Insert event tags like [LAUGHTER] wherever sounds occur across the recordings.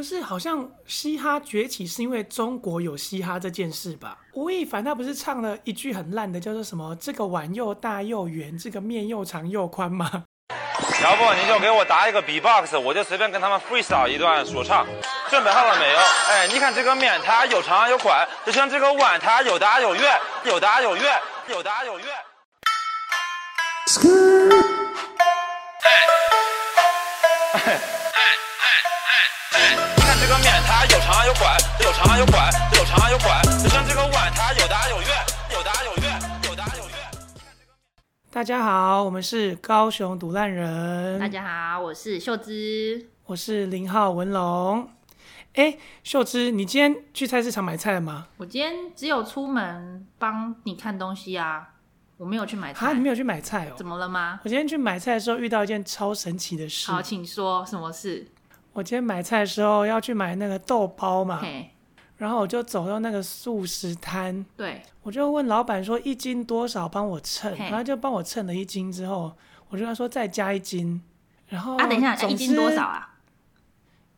就是好像嘻哈崛起是因为中国有嘻哈这件事吧？吴亦凡他不是唱了一句很烂的，叫做什么“这个碗又大又圆，这个面又长又宽”吗？ [LAUGHS] 要不你就给我打一个 B-box，我就随便跟他们 freestyle 一段说唱，准备好了没有？哎，你看这个面它又长又宽，就像这个碗它又大又圆，又大又圆，又大又圆。你看这个面它又长又宽，又长又宽，又长又宽，就像这个碗它又大又圆，又大又圆，又大又圆。大家好，我们是高雄独烂人，大家好，我是秀芝。我是零号文龙。哎，秀芝，你今天去菜市场买菜了吗？我今天只有出门帮你看东西啊，我没有去买啊，菜你。没有去买菜哦怎。么了吗？我今天去买菜的时候遇到一件超神奇的事。好，请说什么事？我今天买菜的时候要去买那个豆包嘛，嘿，然后我就走到那个素食摊，对，我就问老板说一斤多少，帮我称，嘿然后他就帮我称了一斤之后，我就跟他说再加一斤，然后啊，等一下，哎哦总一斤之多少？啊？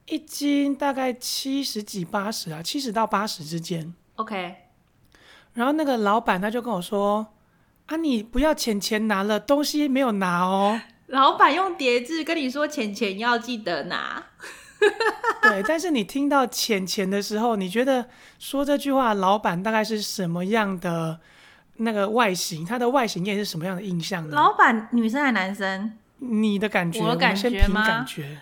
一斤大概七十几八十啊，七十到八十之间。 OK，然后那个老板他就跟我说：“啊，你不要钱钱拿了，东西没有拿哦。老板用叠字跟你说钱钱要记得拿，对，但是你听到钱钱的时候，你觉得说这句话，老板大概是什么样的那个外形？他的外形也是什么样的印象呢？老板女生还是男生？你的感觉，我的们感先觉凭吗感觉。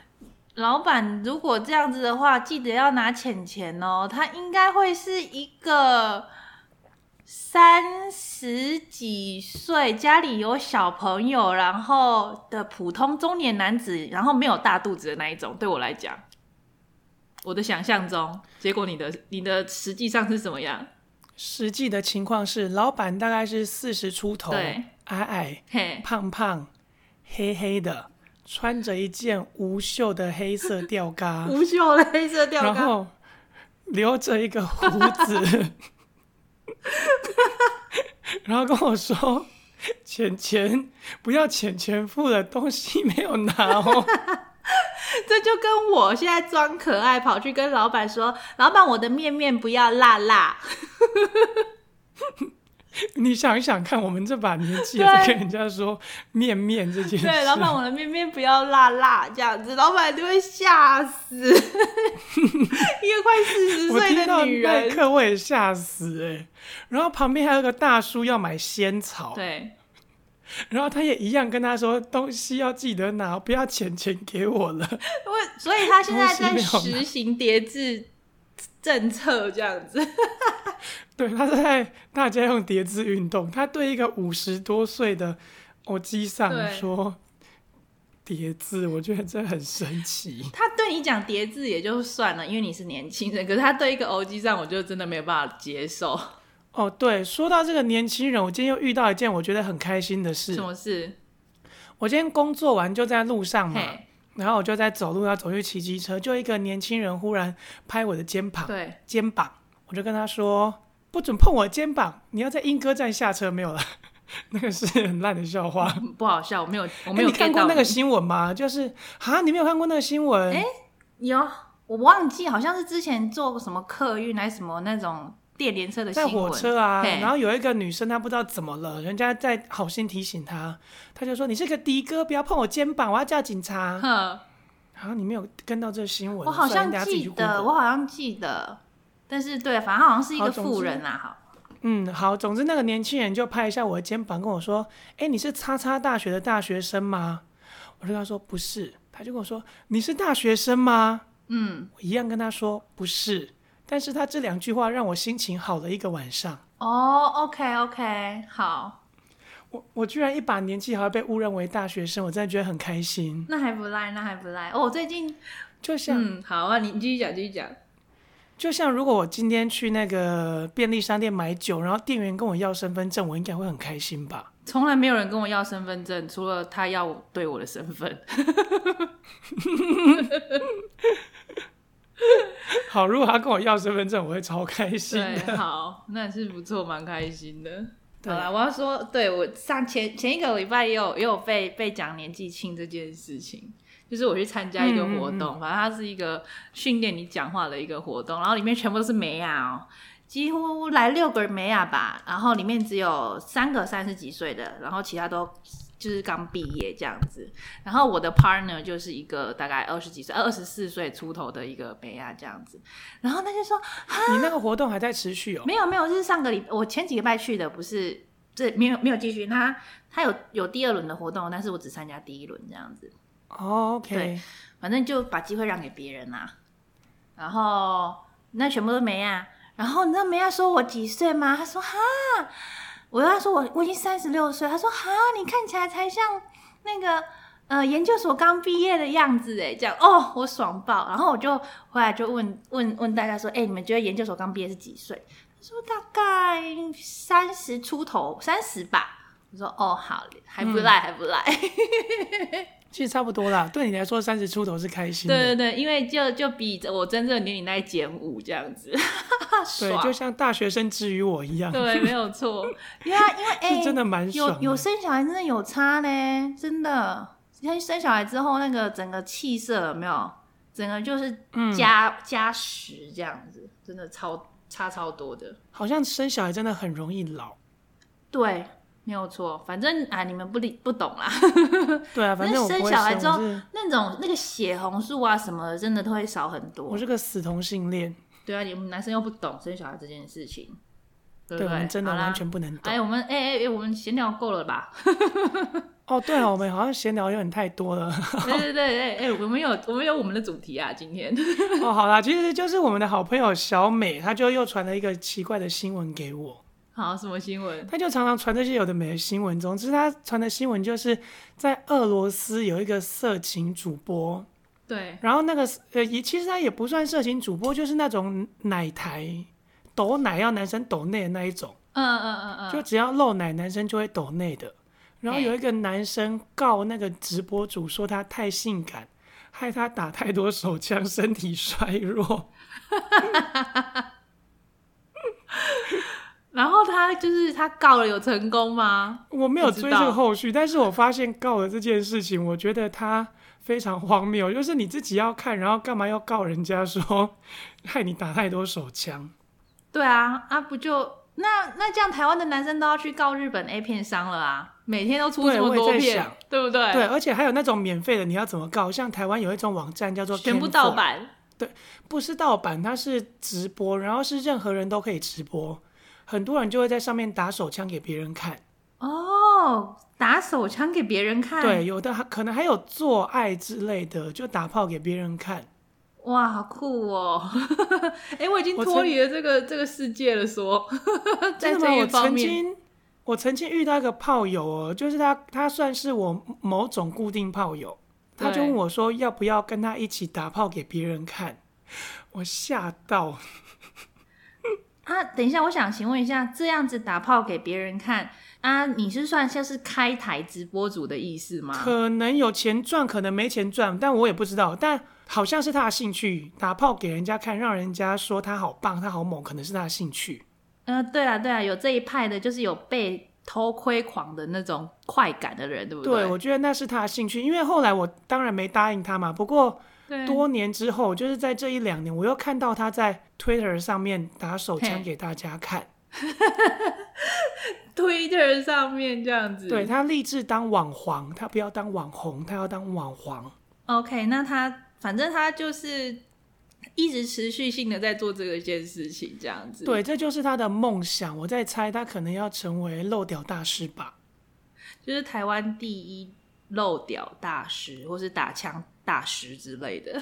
老板如果这样子的话，记得要拿钱钱哦。他应该会是一个三十几岁，家里有小朋友，然后的普通中年男子，然后没有大肚子的那一种。对我来讲，我的想象中，结果你的你的实际上是什么样？实际的情况是，老板大概是四十出头，对矮矮、嘿，胖胖、黑黑的，穿着一件无袖的黑色吊嘎， [LAUGHS] 无袖的黑色吊然带，后留着一个胡子， [LAUGHS] 然后跟我说：“钱钱不要钱钱付了，东西没有拿 [LAUGHS] 哦。这就跟我现在装可爱，跑去跟老板说：“老板，我的面面不要辣辣。”你想一想看，我们这把年纪也在跟人家说面面这件 [LAUGHS] 事，对，老板，我的面面不要辣辣这样子，老板就会吓死。 [LAUGHS] 一个快四十我岁听到的女那一人，刻我也吓死哎、然后旁边还有个大叔要买仙草，对，然后他也一样跟他说东西要记得拿，不要钱钱给我了。 [LAUGHS] 我所以他现在在东西没有实行叠字政策这样子，对，他是在大家用叠字运动，他对一个五十多岁的我机上对说叠字，我觉得这很神奇。他对你讲叠字也就算了，因为你是年轻人，可是他对一个欧基上，我就真的没有办法接受。哦，对，说到这个年轻人，我今天又遇到一件我觉得很开心的事什。么事？我今天工作完就在路上嘛，嘿，然后我就在走路要走去骑机车，就一个年轻人忽然拍我的肩膀，对，肩膀，我就跟他说不准碰我肩膀，你要在莺歌站下车没有了， [LAUGHS] 那个是很烂的笑话。嗯不好笑，我没有， [LAUGHS] 我我没有哎你看 get 过到那个你新闻吗？就是啊，你没有看过那个新闻？哎有，我忘记好像是之前做什么客运还是什么那种电联车的新在闻，火车啊，嘿然后有一个女生，她不知道怎么了，人家在好心提醒她，她就说：“你是个的哥，不要碰我肩膀，我要叫警察。哼。”啊，你没有跟到这个新闻？我好算了像大家自己记去得， Google 我好像记得，但是对，反正好像是一好个总富之人啦，好，嗯，好，总之那个年轻人就拍一下我的肩膀，跟我说：“哎、你是叉叉大学的大学生吗？”我就跟他说：“不是。”他就跟我说：“你是大学生吗嗯，？”我一样跟他说：“不是。”但是他这两句话让我心情好了一个晚上。哦，OK OK，好，我我居然一把年纪还要被误认为大学生，我真的觉得很开心。那还不赖，那还不赖。哦，我最近，就像、嗯，好啊，你你继续讲，继续讲。就像如果我今天去那个便利商店买酒，然后店员跟我要身份证，我应该会很开心吧？从来没有人跟我要身份证，除了他要我对我的身份。好，如果他跟我要身份证，我会超开心的。对，好，那是不错，蛮开心的。对好啦，我要说，对我上前前一个礼拜也有也有被被讲年纪轻这件事情，就是我去参加一个活嗯动，反正它是一个训练你讲话的一个活动，然后里面全部都是美亚哦，几乎来六个美亚吧，然后里面只有三个三十几岁的，然后其他都就是刚毕业这样子。然后我的 partner 就是一个大概二十几岁、二十四岁出头的一个美亚这样子，然后他就说你那个活动还在持续哦？没有没有，是上个礼我前几个礼拜去的，不是这没有没有继续。他他有有第二轮的活动，但是我只参加第一轮这样子，哦，OK，对反正就把机会让给别人啦、啊然后那全部都没啊。然后你知道梅亚说我几岁吗？他说哈，我跟他说我我已经三十六岁。他说哈，你看起来才像那个呃研究所刚毕业的样子哎，这样哦，我爽爆。然后我就回来就问问问大家说，哎，你们觉得研究所刚毕业是几岁？他说大概三十出头，三十吧。我说哦，好，还不赖，还不赖。其实差不多啦。对你来说，三十出头是开心对的，对对，因为就就比我真正的年龄在减五这样 [LAUGHS] 子，对，爽。就像大学生之于我一样， [LAUGHS] 对，没有错。因为因为哎， [LAUGHS] 是真的蛮爽有的。有生小孩真的有差呢，真的。你看生小孩之后，那个整个气色有没有？整个就是嗯加、加十这样子，真的超差超多的。好像生小孩真的很容易 [LAUGHS] 老。对，没有错。反正啊，你们不理不懂啦。对啊，反正我不生会小孩之我后是，那种那个血红素啊什么的，真的都会少很多我。是个死同性恋，对啊，你们男生又不懂生小孩这件事情，对不我们真的好啦完全不能懂。哎，我们哎哎哎，我们闲聊够了吧？哦，对了，我们好像闲聊有点太多了。 [LAUGHS] 对对对，哎哎，我们有我们有我们的主题啊，今天。 [LAUGHS] 哦，好啦，其实就是我们的好朋友小美，她就又传了一个奇怪的新闻给我。好，什么新闻？她就常常传这些有的没的新闻，总之她传的新闻就是在俄罗斯有一个色情主播，对，然后那个呃，也其实他也不算色情主播，就是那种奶台抖奶要男生抖内的那一种，嗯嗯嗯嗯，就只要露奶男生就会抖内的。然后有一个男生告那个直播主说他太性感，害他打太多手枪，身体衰弱。然后他就是他告了，有成功吗？我没有我知追这道个后续，但是我发现告了这件事情，我觉得他非常荒谬，就是你自己要看，然后干嘛要告人家说 [LAUGHS] 害你打太多手枪？对啊，啊不就那那这样，台湾的男生都要去告日本 A 片商了啊，每天都出对这么我多也在片想，对不对？对，，而且还有那种免费的，你要怎么告？像台湾有一种网站叫做全部 Canfor 盗，版。不是盗版，它是直播，然后是任何人都可以直播，很多人就会在上面打手枪给别人看。哦，打手枪给别人看，对，，有的还可能还有做爱之类的，就打炮给别人看。哇，好酷哦！ [LAUGHS] 哎、我已经我脱曾离了这个这个世界了说在真的这吗？一我方曾面，经我曾经遇到一个炮友哦，就是他他算是我某种固定炮友，他就对问我说要不要跟他一起打炮给别人看，我吓到。啊，等一下，我想请问一下，这样子打炮给别人看啊，你是算像是开台直播主的意思吗？可能有钱赚，可能没钱赚，但我也不知道。但好像是他的兴趣，打炮给人家看，让人家说他好棒，他好猛，可能是他的兴趣。呃，对啊，对啊，有这一派的，就是有被偷窥狂的那种快感的人，对不对，我觉得那是他的兴趣，因为后来我当然没答应他嘛。不过对多年之后，就是在这一两年，我又看到他在 Twitter 上面打手枪嘿给大家看。 Twitter 上面这样子。对他立志当网黄，他不要当网红，他要当网黄。 ，OK，那他反正他就是一直持续性的在做这个件事情，这样子。对，，这就是他的梦想。我在猜，他可能要成为漏屌大师 [LAUGHS] 吧。就是台湾第一漏屌大师，或是打枪大师之类的，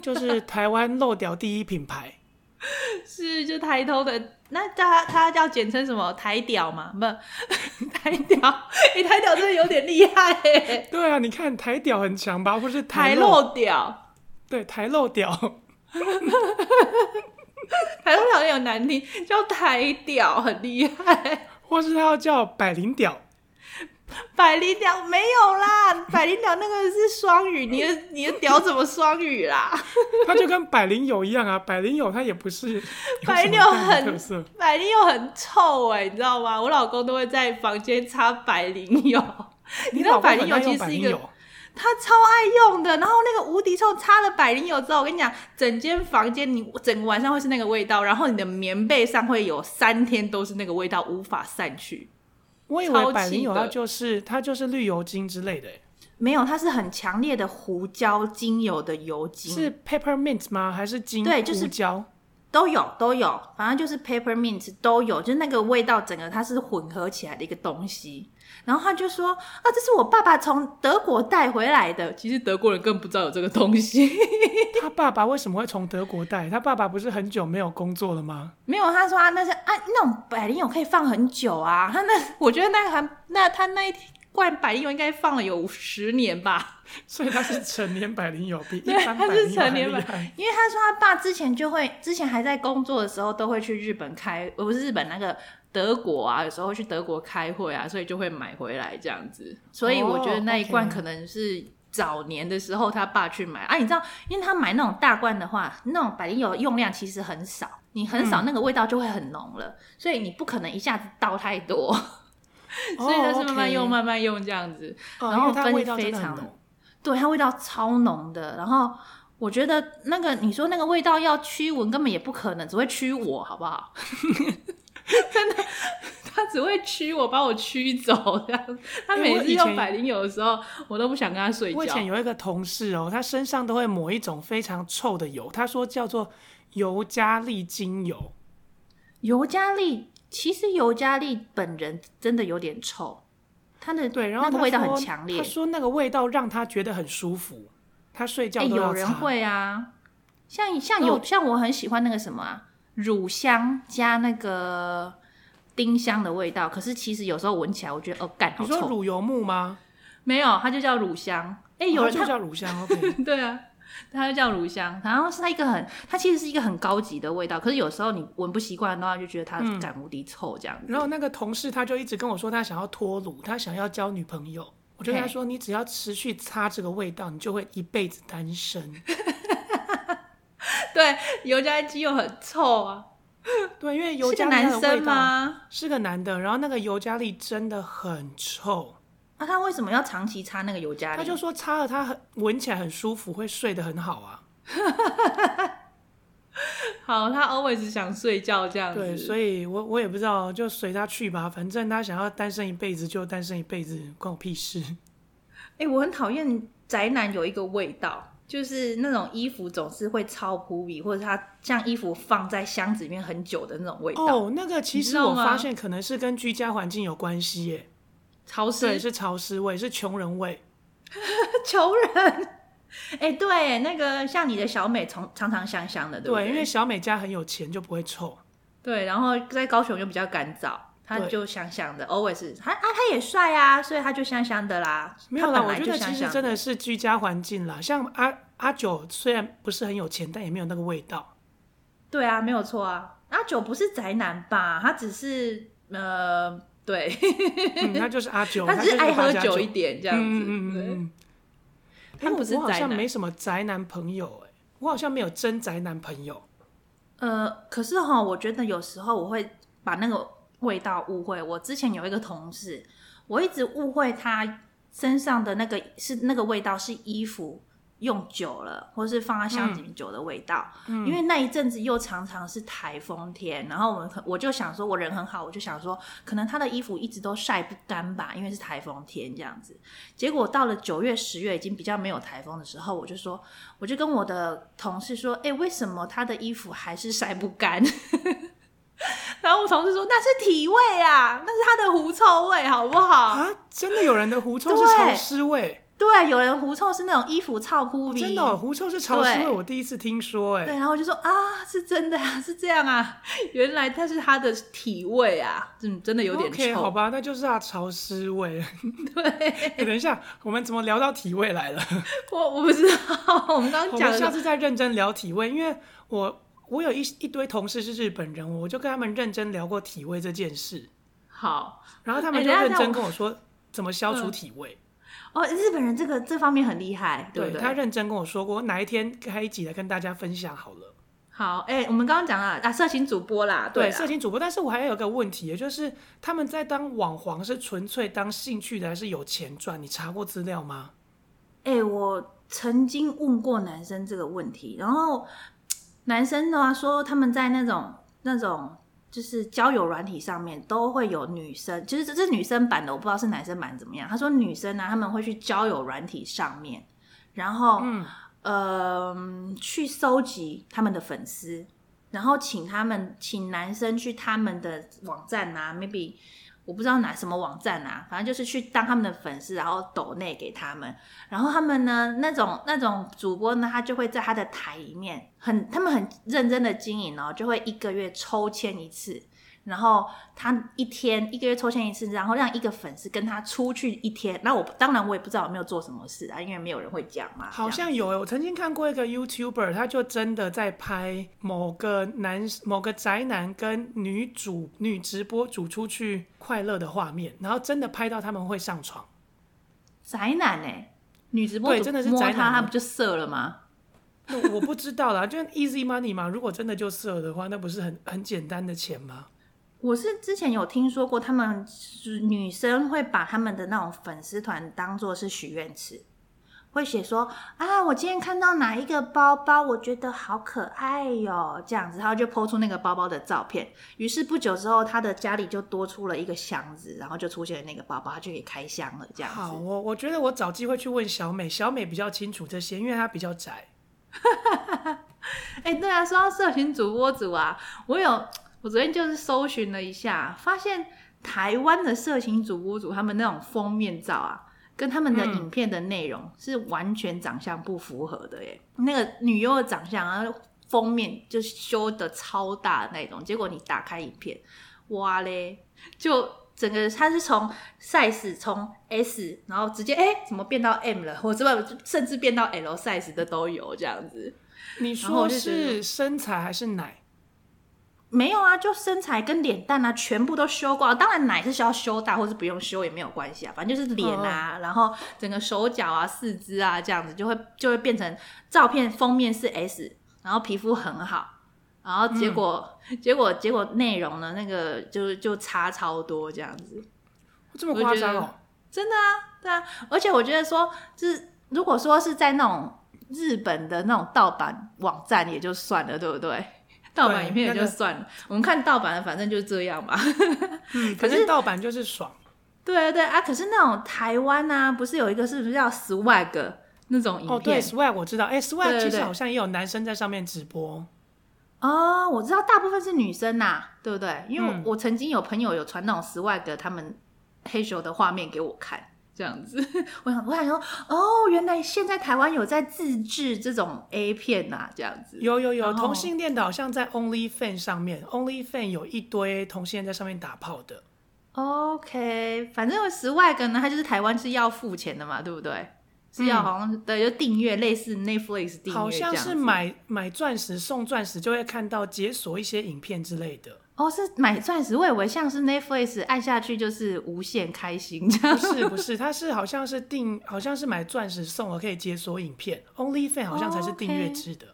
就是台湾漏屌第一品牌。是就台头的。那他他要简称什么台屌嘛？不， [LAUGHS] 台屌，哎、台屌真的有点厉害、欸，对啊，你看台屌很强吧，或是台漏漏屌。对台漏屌， [LAUGHS] 台东好像有难听，叫台屌，很厉害。或是他要叫百灵屌。百灵屌没有啦，百灵屌那个是双语，你的你的屌怎么双语啦？他就跟百灵友一样啊，百灵友他也不是有什么 [LAUGHS] 百灵友大的很特色，百灵又很臭哎、你知道吗？我老公都会在房间擦百灵油。你知道老公百很灵爱油其用实百是一灵个油，他超爱用的。然后那个无敌臭擦了百灵油之后，我跟你讲，整间房间你整个晚上会是那个味道，然后你的棉被上会有三天都是那个味道，无法散去。我以超为气百灵油的它就是它就是绿油精之类的欸，没有，它是很强烈的胡椒精油的油精，是 peppermint 吗？还是金嗯对就是胡椒？都有都有，反正就是 peppermint 都有，就是那个味道，整个它是混合起来的一个东西。然后他就说：“啊，这是我爸爸从德国带回来的。”其实德国人更不知道有这个东西。他爸爸为什么会从德国带？他爸爸不是很久没有工作了吗？没有，他说啊，那是啊，那种百灵油可以放很久啊。 [LAUGHS] 他那我觉得那个还那他那一罐百灵油应该放了有十年吧。所以他是成年百灵油，比一对，般百他灵是油还成年厉版害。，因为他说他爸之前就会，之前还在工作的时候都会去日本开，呃，不是日本那个德国啊，有时候会去德国开会啊，所以就会买回来这样子。所以我觉得那一罐哦，OK 可能是早年的时候他爸去买啊，你知道，因为他买那种大罐的话，那种百灵油用量其实很少，你很少那个味道就会很浓了，所以你不可能一下子倒太多，所以他是慢慢用、慢慢用这样子。哦然因后为它分味道非真的很常浓。对，它味道超浓的。然后我觉得那个你说那个味道要驱蚊，根本也不可能，只会驱我，好不好？ [LAUGHS] 真的，它只会驱我，把我驱走这样。它哎每我次以用前百灵油的时候，我都不想跟它睡我以觉前。有一个同事哦，他身上都会抹一种非常臭的油，他说叫做尤加利精油。尤加利，其实尤加利本人真的有点臭，它的对，然后那个他味道很说强烈他。说那个味道让他觉得很舒服，他睡觉哎、都要有人擦哦会啊，像像那有我像我很喜欢那个什么啊，乳香加那个丁香的味道，可是其实有时候闻起来，我觉得哦，干好你说臭。乳油木吗？没有，它就叫乳香。哎、有哦人就它叫乳香，OK。 [LAUGHS] 对啊，它就叫乳香，然后是它一个很，它其实是一个很高级的味道，可是有时候你闻不习惯的话，就觉得它嗯感无敌臭这样 [LAUGHS] 子。然后那个同事他就一直跟我说，他想要脱乳，他想要交女朋友。我就跟他嘿说，你只要持续擦这个味道，你就会一辈子单身。对，尤加利鸡又很臭啊，对，因为尤 [LAUGHS] 是加个利它男的生味道吗？是个男的，然后那个尤加利真的很臭。啊，他为什么要长期擦那个尤加利？他就说擦了它很闻起来很舒服，会睡得很好啊。好，他 always 想睡觉这样子。对，所以我我也不知道，就随他去吧，反正他想要单身一辈子就单身一辈子，关我屁 [LAUGHS] 事。哎、我很讨厌宅男有一个味道，就是那种衣服总是会超扑鼻，或者他像衣服放在箱子里面很久的那种味道，哦，那个其你知实道我吗发现可能是跟居家环境有关系耶，潮对，湿 [LAUGHS] 是潮湿味，是穷人味。求人。哎、对，那个像你的小美从常常香香的，对不对，对？因为小美家很有钱，就不会臭。对，然后在高雄又比较干燥，他对就香香的，always 他啊他也帅啊，所以他就香香的啦。没有他啦，本我来觉就得香其实香真的是居家环境啦。像阿阿九虽然不是很有钱，但也没有那个味 [LAUGHS] 道。对啊，没有错啊。阿九不是宅男吧？他只是呃，对，嗯，他就是阿九，他只是是爱喝八加酒九一点这这样子。嗯嗯嗯对嗯嗯哎他不是我好宅像男没什么宅男朋友哎、我好像没有真宅男朋友。呃，可是哈，我觉得有时候我会把那个味道误会。我之前有一个同事，我一直误会他身上的那个是那个味道是衣服用久了，或是放在箱子里面久的味道。因为那一阵子又常常是台风天，然后我们可我就想说，我人很好，我就想说，可能他的衣服一直都晒不干吧，因为是台风天这样子。结果到了九月、十月已经比较没有台风的时候，我就说，我就跟我的同事说，哎、为什么他的衣服还是晒不干？ [LAUGHS] 然后我同事说那是体味啊，那是他的狐臭味，好不好？啊，真的有人的狐臭对是潮湿味，对，有人狐臭是那种衣服臭扑鼻、真的、哦、狐臭是潮湿味，对我第一次听说哎、对，然后我就说啊，是真的啊，是这样啊， [LAUGHS] 原来它是他的体味啊，嗯，真的有点 OK，臭。好吧，那就是它潮湿味。 [LAUGHS] 对， [LAUGHS] 哎等一下，我们怎么聊到体味来了？我我不知道，我们刚我刚讲们下的次再认真聊体味，因为我我有一一堆同事是日本人，我就跟他们认真聊过体味这件事，好然后他们哎就等一下认那真我跟我说怎么消除嗯体味。哦，日本人这个这方面很厉害，对对不对？他认真跟我说过，哪一天开一集来跟大家分享好了。好，哎、我们刚刚讲了啊，色情主播啦，对，啦色情主播，但是我还有个问题，也就是他们在当网黄是纯粹当兴趣的，还是有钱赚？你查过资料吗？哎、我曾经问过男生这个问题，然后男生的话说他们在那种那种就是交友软体上面都会有女生，就是这这是女生版的，我不知道是男生版怎么样。他说女生呢、啊，他们会去交友软体上面，然后嗯，呃，去搜集他们的粉丝，然后请他们请男生去他们的网站啊，maybe 我不知道哪什么网站啊，反正就是去当他们的粉丝，然后抖内给他们，然后他们呢那种那种主播呢，他就会在他的台里面很他们很认真的经营哦，就会一个月抽签一次。然后他一天一个月抽签一次，然后让一个粉丝跟他出去一天。那我当然我也不知道有没有做什么事啊，因为没有人会讲嘛。好这样像有欸，我曾经看过一个 YouTuber，他就真的在拍某个男某个宅男跟女主女直播主出去快乐的画面，然后真的拍到他们会上床。宅男哎、女直播对主真的是摸宅男他，啊他不就射了吗？那我不知道啦，就 easy money 嘛，如果真的就色的话，那不是很很简单的钱吗？我是之前有听说过，他们是女生会把他们的那种粉丝团当做是许愿池，会写说啊，我今天看到哪一个包包，我觉得好可爱哟、这样子，他就抛出那个包包的照片。于是不久之后，他的家里就多出了一个箱子，然后就出现了那个包包，他就可以开箱了，这样好子。哦，我觉得我找机会去问小美，小美比较清楚这些，因为她比较宅。哎、对啊，说到社群主播组啊，我有我昨天就是搜寻了一下，发现台湾的社群主播组他们那种封面照啊，跟他们的嗯影片的内容是完全长相不符合的耶。那个女优的长相啊，封面就修的超大的那种，结果你打开影片，哇嘞，就整个它是从 size 从 S，然后直接哎、怎么变到 M 了，或者甚至变到 L size 的都有这样子。你然后我说就觉得是身材还是奶？没有啊，就身材跟脸蛋啊，全部都修过。当然奶是需要修大，或是不用修也没有关系啊，反正就是脸啊，然后整个手脚啊、四肢啊这样子，就会就会变成照片封面是 S，然后皮肤很好，然后结果、结果结果内容呢，那个就就差超多这样子。这么夸张哦我觉 [LAUGHS] 得？真的啊，对啊，而且我觉得说，就是如果说是在那种日本的那种盗版网站也就算了，对不对？盗版影片也就算了，我们看盗版的，反正就是这样嘛。嗯，可可是是盗版就是爽。对对对啊，可是那种台湾啊，不是有一个是不是叫 Swag 那种影哦，片对？，swag 我知道，哎对，swag 对其实对好像也有男生在上面直播，哦，我知道大部分是女生呐、对不对？因为我,、嗯我曾经有朋友有传那种 swag 他们黑手的画面给我看，这样子， [LAUGHS] 我想我想说，哦，原来现在台湾有在自制这种 A 片呐、这样子。有有有，然后同性恋的好像在 OnlyFan 上面，OnlyFan 有一堆同性恋在上面打炮的。 OK，反正 swag 呢，它就是台湾是要付钱的嘛，对不对？是要嗯好像、对，就订阅类似 Netflix 订阅，好像是。买买钻石送钻石就会看到解锁一些影片之类的，哦，是买钻石，我以为像是 Netflix 按下去就是无限开心 [LAUGHS] 这不样。是不是，它是好像是订，好像是买钻石送了可以解锁影片，OnlyFan 好像才是订阅制的。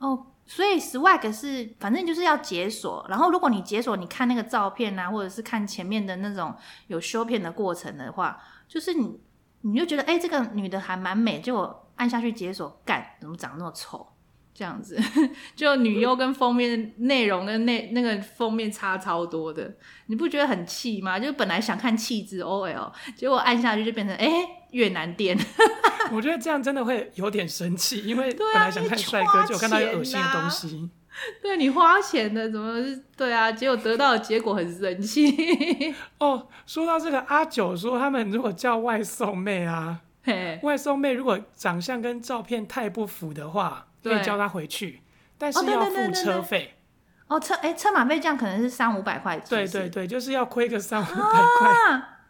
哦，所以 swag 是反正就是要解锁，然后如果你解锁，你看那个照片啊，或者是看前面的那种有修片的过程的话，就是你你就觉得哎、这个女的还蛮美，结果按下去解锁，干怎么长那么丑？这样子， [LAUGHS] 就女优跟封面内容跟那那个封面差超多的，你不觉得很气吗？就本来想看气质 OL，结果按下去就变成哎、越南店，我觉得这样真的会有点生气，因为对啊本来想看帅哥，你结果看到有恶心的花钱啊东西。 [LAUGHS] 对你花钱的怎么是？对啊，结果得到的结果很生气。哦，说到这个，阿九说他们如果叫外送妹啊， [LAUGHS] 嘿，外送妹如果长相跟照片太不符的话，可以对叫她回去，但哦是对要对对付对车对费。哦，车哎、车马费这样可能是三五百块，对是不对是对，就是要亏个三五百块。啊，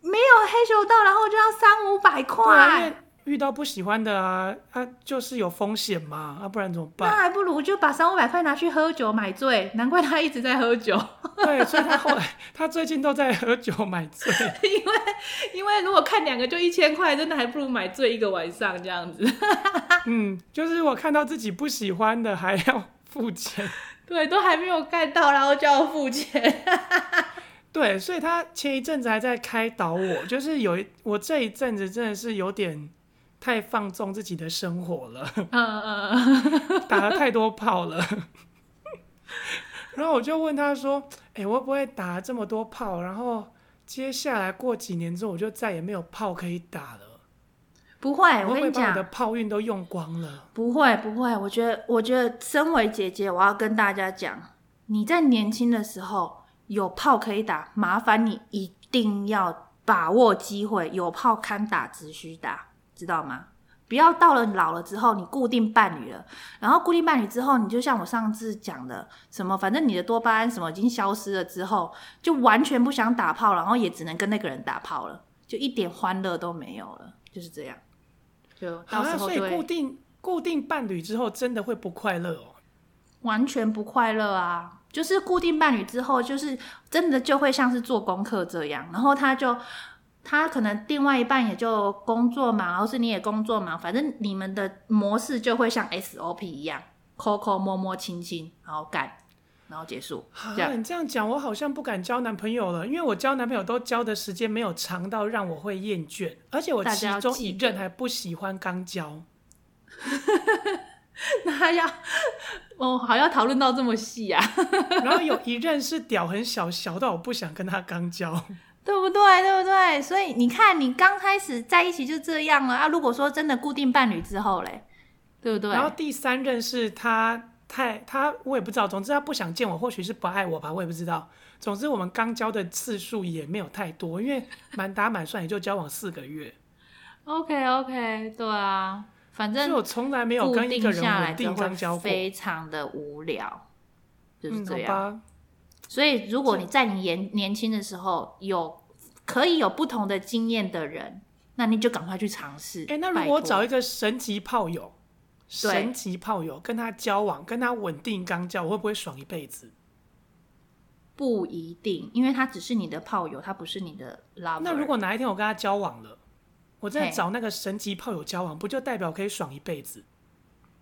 没有黑手道，然后就要三五百对啊，因块为，遇到不喜欢的啊，啊就是有风险嘛，啊不然怎么那办？还不如就把三五百块拿去喝酒买醉，难怪他一直在喝酒。对，所以他后来他最近都在喝酒买醉。因为 [LAUGHS] 因为如果看两个就一千块，真的还不如买醉一个晚上这样子。 [LAUGHS] 嗯，就是我看到自己不喜欢的还要付钱。对，都还没有干到，然后就要付 [LAUGHS] 钱。对，所以他前一阵子还在开导我，就是有一我这一阵子真的是有点太放纵自己的生活了，嗯嗯嗯， [LAUGHS] 打了太多炮了。 [LAUGHS] 然后我就问他说：“哎、我会不会打了这么多炮？然后接下来过几年之后，我就再也没有炮可以打了，不会，我哎我会跟不会你把讲我的，炮运都用光了？不会不会，我觉得我觉得身为姐姐，我要跟大家讲，你在年轻的时候有炮可以打，麻烦你一定要把握机会，有炮堪打只需打，知道吗？不要到了老了之后，你固定伴侣了，然后固定伴侣之后，你就像我上次讲的，什么反正你的多巴胺什么已经消失了之后，就完全不想打炮，然后也只能跟那个人打炮了，就一点欢乐都没有了，就是这样。就到时啊，候所就以会、固定固定伴侣之后，真的会不快乐哦。完全不快乐啊。就是固定伴侣之后，就是真的就会像是做功课这样，然后他就他可能另外一半也就工作嘛，然后是你也工作嘛，反正你们的模式就会像 SOP 一样，抠抠摸摸亲亲，然后干，然后结束，这啊，样你这样讲，我好像不敢交男朋友了，因为我交男朋友都交的时间没有长到让我会厌倦，而且我大其家要中记一得任还不喜欢刚交。那 [LAUGHS] 要哦，好要讨论到这么细啊，然后有一任是屌很小，小到我不想跟他刚交。 [LAUGHS] 对不对？对不对？所以你看，你刚开始在一起就这样了啊。如果说真的固定伴侣之后嘞，对 [LAUGHS] 不对？然后第三任是他太他，我也不知道，总之他不想见我，或许是不爱我吧，我也不知道。总之我们刚交的次数也没有太多，因为满打满算也就交往四个月， OK OK，对啊，反所以正我从来没有固跟一个定人下来稳就定刚交会过。非常的无聊，就是嗯，这好样。吧，所以如果你在你年年轻的时候有可以有不同的经验的人，那你就赶快去尝试。哎、那如拜果我托找一个神级炮友，神级炮友跟他交往，跟他稳定刚交，我会不会爽一辈子？不一定，因为他只是你的炮友，他不是你的 lover。那如果哪一天我跟他交往了，我真的嘿找那个神级炮友交往，不就代表可以爽一辈子？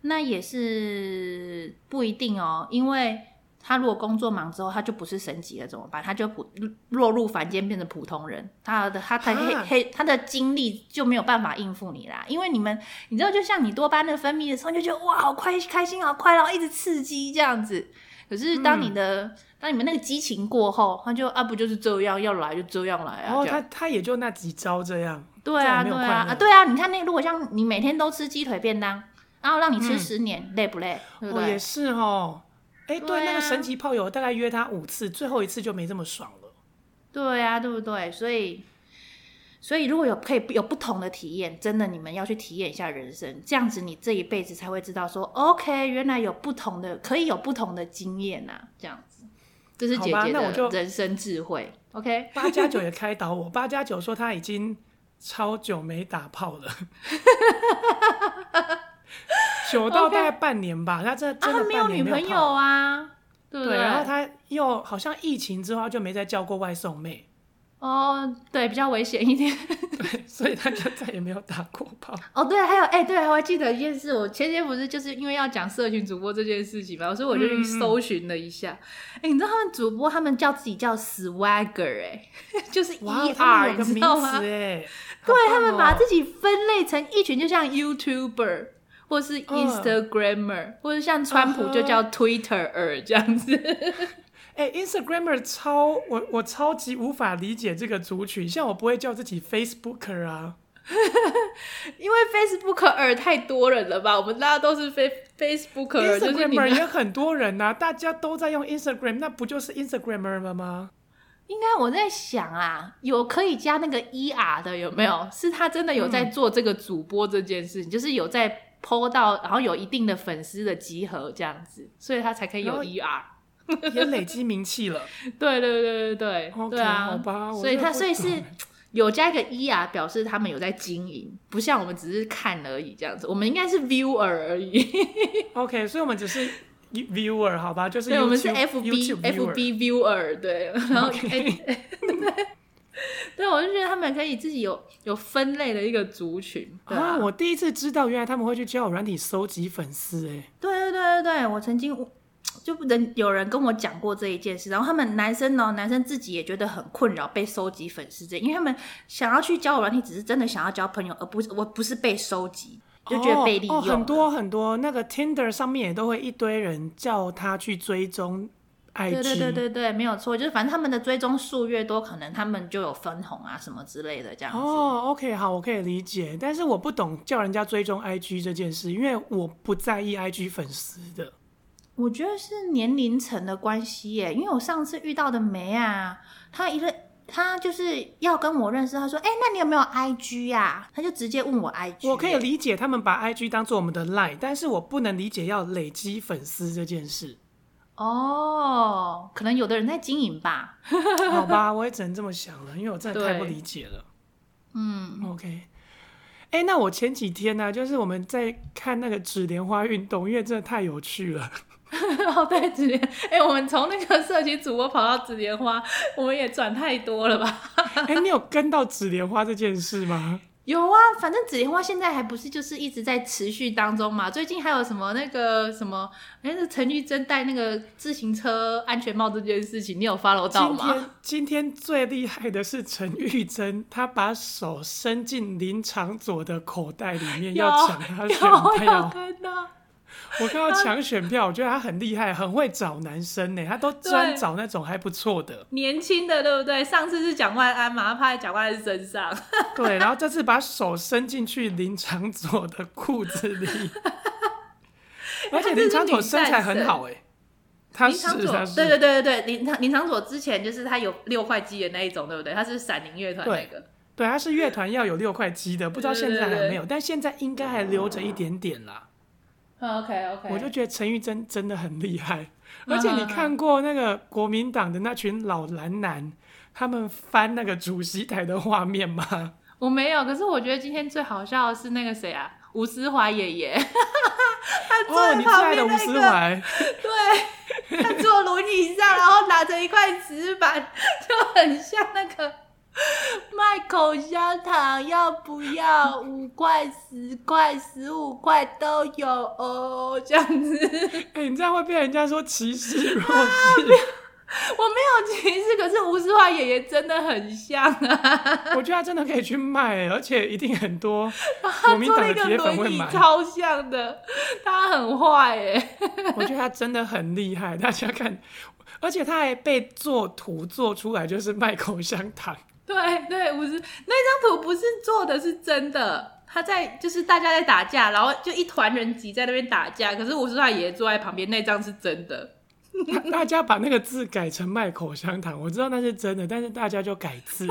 那也是不一定哦，因为他如果工作忙之后，他就不是神级了，怎么办？他就普落入凡间，变成普通人，他的他的黑啊黑他的精力就没有办法应付你啦。因为你们，你知道，就像你多巴胺的分泌的时候，你就觉得哇，好快开心，好快乐，然后一直刺激这样子。可是当你的、嗯当你们那个激情过后，他就啊不就是这样，要来就这样来啊。然后这样他他也就那几招这样，对啊，这样也没对有啊，快乐啊对啊，你看那个如果像你每天都吃鸡腿便当，然后让你吃嗯十年，累不累？对不哦对？也是哦。哎，对啊对，那个神级炮友大概约他五次，最后一次就没这么爽了。对啊，对不对？所以，所以如果有可以有不同的体验，真的你们要去体验一下人生，这样子你这一辈子才会知道说，OK，原来有不同的，可以有不同的经验呐、啊，这样子，这是姐好吧姐那我的就人生智慧。OK，八加九也开导我，八加九说他已经超久没打炮 [LAUGHS] 了，久到大概半年吧。他这啊，真他的没有半女年朋没友有炮。啊，对不对，然后他又好像疫情之后他就没再叫过外送妹， [LAUGHS] 哦，对，比较危险一点。对，所以他就再也没有打过 [LAUGHS] 炮。哦，对，还有哎、对，我还记得一件事，我前天不是就是因为要讲社群主播这件事情嘛，所以我嗯就去搜寻了一下。哎、你知道他们主播他们叫自己叫 swagger 哎、 [LAUGHS] 就是哇， E 他 R，们有你个知名道吗？词哎， [LAUGHS] 好对棒他们把哦自己分类成一群，就像 YouTuber 或是嗯 Instagrammer，、或者像川普就叫 Twitterer [LAUGHS] 这样子。哎、i n s t a g r a m m e r 超我我超级无法理解这个族群，像我不会叫自己 Facebooker 啊，因为 Facebooker 太多人了吧，我们大家都是 Face Facebooker，就是你 Instagrammer 们也很多人呐、大家都在用 Instagram，那不就是 Instagrammer 了 [LAUGHS] 吗？应该我在想啊，有可以加那个 ER 的有没有？是他真的有嗯在做这个主播这件事情，就是有在 PO 到，然后有一定的粉丝的集合这样子，所以他才可以有然后 ER。也累积名气了。对对对对对 OK，对啊，好吧我所以真的他不所以懂是有加一个 ER，表示他们有在经营，不像我们只是看而已这样子，我们应该是 viewer 而已， OK，所以我们只是 viewer 好吧，就是对，我们是 YouTube- FB YouTube viewer FB viewer，对，然后哎 OK 对，我就觉得他们可以自己有有分类的一个族群。对啊，我第一次知道原来他们会去交友软体收集粉丝哎、对对对对对，我曾经就人有人跟我讲过这一件事，然后他们男生呢，男生自己也觉得很困扰被收集粉丝这，因为他们想要去交友软体，只是真的想要交朋友，而不是我不是被收集，就觉得被利用、哦哦，很多很多，那个 Tinder 上面也都会一堆人叫他去追踪 IG，对对对对对，没有错，就是反正他们的追踪数越多，可能他们就有分红啊什么之类的这样子。哦，OK，好，我可以理解，但是我不懂叫人家追踪 IG 这件事，因为我不在意 IG 粉丝的。我觉得是年龄层的关系耶，因为我上次遇到的梅啊，她一个她就是要跟我认识，她说：“哎、那你有没有 IG 呀、啊？”她就直接问我 IG。我可以理解他们把 IG 当做我们的 Line，但是我不能理解要累积粉丝这件事。哦，可能有的人在经营吧。好 [LAUGHS] 吧，我也只能这么想了，因为我真的太不理解了。嗯， OK，哎、那我前几天呢、就是我们在看那个纸莲花运动，因为真的太有趣了。 [LAUGHS] 哦对，紫莲，哎、我们从那个社区主播跑到紫莲花，我们也转太多了吧？哎、你有跟到纸莲花这件事吗？有啊，反正紫莲花现在还不是就是一直在持续当中嘛。最近还有什么那个什么，哎、那陈玉珍戴那个自行车安全帽这件事情，你有 follow 到今吗？天今天最厉害的是陈玉珍，她把手伸进林长佐的口袋里面，有要抢他 [LAUGHS] 选有啊有票。看到，。我看到抢选票，我觉得她很厉害，很会找男生呢，她都专找那种还不错的 [LAUGHS] 年轻的对不对？上次是蒋万安嘛，他趴在蒋万安身上。对，然后这次把手伸进去林长佐的裤子 [LAUGHS] 里，而哎且林长佐身材很好哎，他林是长佐他，是对对对对对，林长林长佐之前就是他有六块肌的那一种，对不对？他是闪灵乐团那个。对，他是乐团要有六块肌的，不知道现在对对还对没有，但现在应该还留着一点点啦。 OK OK，我就觉得陈玉珍真的很厉害，嗯而且你嗯嗯看过那个国民党的那群老蓝男，他们翻那个主席台的画面吗？我没有，可是我觉得今天最好笑的是那个谁啊，吴思华爷爷， [LAUGHS] 他坐哦，在你旁爱边的吴那思个，怀，对，他坐轮椅上，然后拿着一块纸板，就很像那个卖口香糖，要不要五块、十块、十五块都有哦，这样子。哎、你这样会被人家说歧视弱啊势。我没有歧视，可是吴思华爷爷真的很像啊，我觉得他真的可以去卖，而且一定很 [LAUGHS] 多国他民坐党了的一个铁粉会轮椅买。超像的，他很坏耶、我觉得他真的很厉害，大家看，而且他还被做图做出来，就是卖口香糖。 [LAUGHS] 对对，不是那张图不是做的，是真的。他在就是大家在打架，然后就一团人挤在那边打架，可是吴思华爷爷坐在旁边，那张是真的。 [LAUGHS] 大大家把那个字改成卖口香糖，我知道那是真的，但是大家就改字。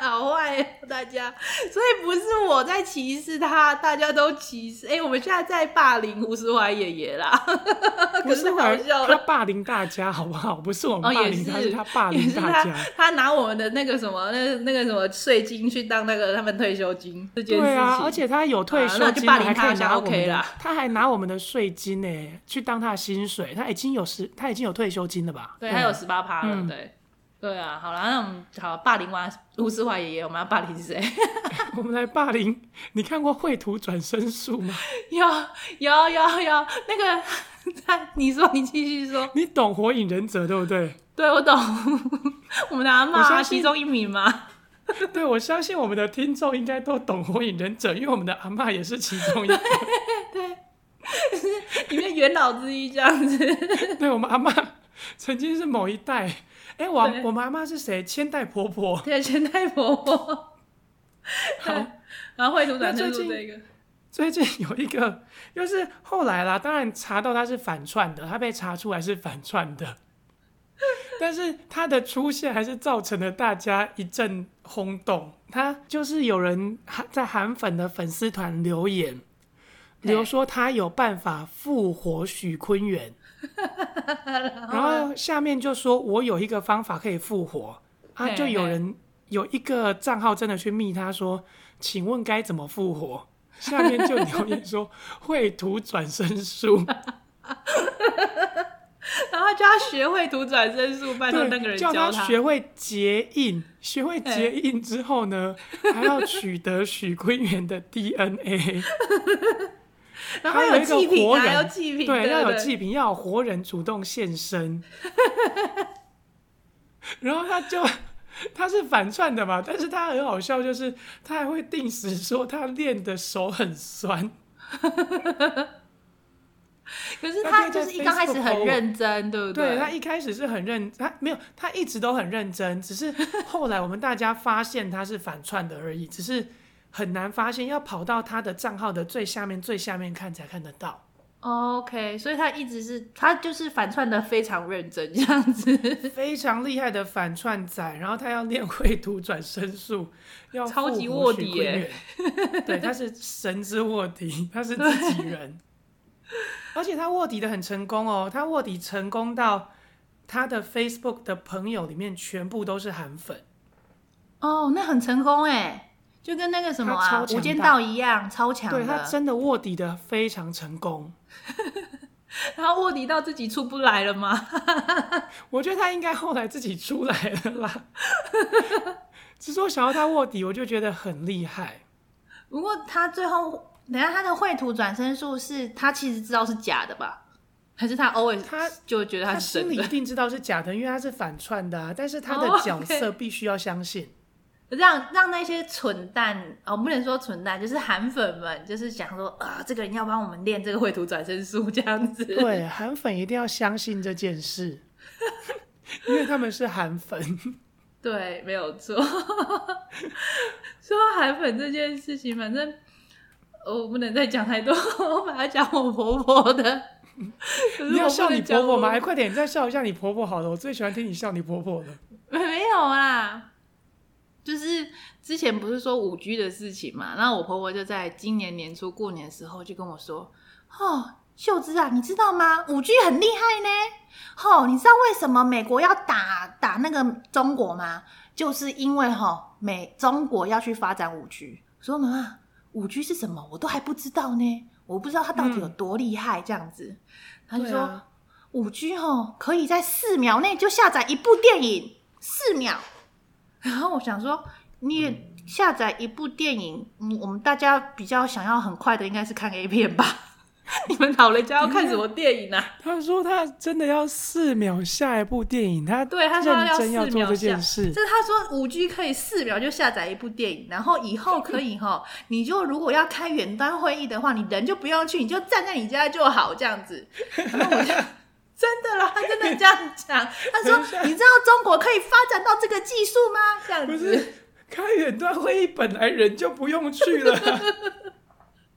好坏、哦，大家，所以不是我在歧视他，大家都歧视。哎、我们现在在霸凌吴思华爷爷啦，不是 [LAUGHS] 可是我好笑他了霸凌大家，好不好？不是我哦，们霸也凌是，他，是他霸也凌是大他家。他拿我们的那个什么，那那个什么税金去当那个他们退休金这件事情。对啊，而且他有退啊休那就金，霸凌还可他以一下拿我们 OK 的啦，他还拿我们的税金呢，去当他的薪水。他已经有十，他已经有退休金了吧？对，嗯他有十八趴了，嗯对。对啊，好啦，那我们好霸凌完吴思华爷爷，我们要霸凌谁？ [LAUGHS] 我们来霸凌。你看过《绘图转身术》吗？有有有有，那个 [LAUGHS] 他，你说你继续说，你懂《火影忍者》对不对？对我懂， [LAUGHS] 我们的阿我嬷啊，相信其中一名嘛，对，我相信我们的听众应该都懂《火影忍者》，因为我们的阿嬷也是其中一个。里面元老之一这样子， [LAUGHS] [LAUGHS] 对我们阿妈曾经是某一代，哎、我对我们阿妈是谁？千代婆婆。对，全代婆婆，好， [LAUGHS] 然后绘图转那身最近术这个，最近有一个，就是后来啦，当然查到他是反串的，他被查出来是反串的，但是他的出现还是造成了大家一阵轰动。他就是有人哈在韩粉的粉丝团留言，对留说他有办法复活许坤元。然嗯后下面就说我有一个方法可以复活啊，嘿就有嘿人有一个账号真的去密他说，请问该怎么复活？下面就留言说绘图转身 [LAUGHS] 术，然后叫他学绘图转身术，拜托那个对，人叫他，学会结印，学会结印之后呢，还要取得许坤元的 DNA。然后有一个祭品活啊，人有祭品，对，对，要有对祭品，要有活人主动现身。然后他就他是反串的嘛，但是他很好笑，就是他还会定时说他练的手很酸，可是他他可以就在是一刚开始 Facebook 很 po 认真，对不对他对，一开始是很认，他没有，他一直都很认真，只是后来我们大家发现他是反串的而已，只是很难发现，要跑到他的账号的最下面最下面看才看得到， OK，所以他一直是他就是反串的非常认真 [LAUGHS] 这样子，非常厉害的反串仔，然后他要练绘图转身 [LAUGHS] 术，要超级复活卧底许昆耶元对，他是神之卧底， [LAUGHS] 他是自己 [LAUGHS] 人，而且他卧底的很成功哦，他卧底成功到他的 Facebook 的朋友里面全部都是韩粉。哦，那很成功哎，就跟那个什么他啊超《强无间大道》一样，超强对他的，真的卧底的非常成功，他卧底到自己出不来了吗？我觉得他应该后来自己出来了啦。 [LAUGHS] 只是我想要他卧底，我就觉得很厉害。 [LAUGHS] 不过他最后，等一下他的绘图转身术是他其实知道是假的吧？还是他 always 他就觉得他是心真里的一？定知道是假的，因为他是反串的、啊，但是他哦的，OK 角色必须要相 [LAUGHS] 信。 [LAUGHS] 让让那些蠢蛋哦，不能说蠢蛋，就是韩粉们，就是想说啊，这个人要帮我们练这个绘图转身术这样子。对，韩粉一定要相信这件事，因为他们是韩粉。对，没有错。 [LAUGHS] 说到韩粉这件事情，反正呃我不能再讲太多， [LAUGHS] 我把它讲我婆婆的。 [LAUGHS] 可是你要我不笑能你讲婆婆我吗？哎，快点，你再笑一下你婆婆好了，我最喜欢听你笑你婆婆了。 [LAUGHS] 没有啦，就是之前不是说五 G 的事情嘛，然后我婆婆就在今年年初过年的时候就跟我说：“哦，秀芝啊，你知道吗？五 G 很厉害呢。哦，你知道为什么美国要打打那个中国吗？就是因为哈、美中国要去发展五 G。说妈妈，五 G 是什么？我都还不知道呢，我不知道它到底有多厉害，这样子。她嗯就对说。啊，五 G 哦，可以在四秒内就下载一部电影，四秒。然后我想说，你也下载一部电影，嗯，我们大家比较想要很快的，应该是看 A 片吧？ [LAUGHS] 你们老人家要看什么电影啊？他说他真的要四秒下一部电影，他对他说要认真要四做秒这件下事。这他说五 G 可以四秒就下载一部电影，然后以后可以哈、你就如果要开远端会议的话，你人就不用去，你就站在你家就好这样子。然后我就真的啦，他真的这样讲。他说 [LAUGHS] 等一：“下你知道中国可以发展到这个技术吗？”这样不子是。开远端会议本来人就不用去 [LAUGHS] 了，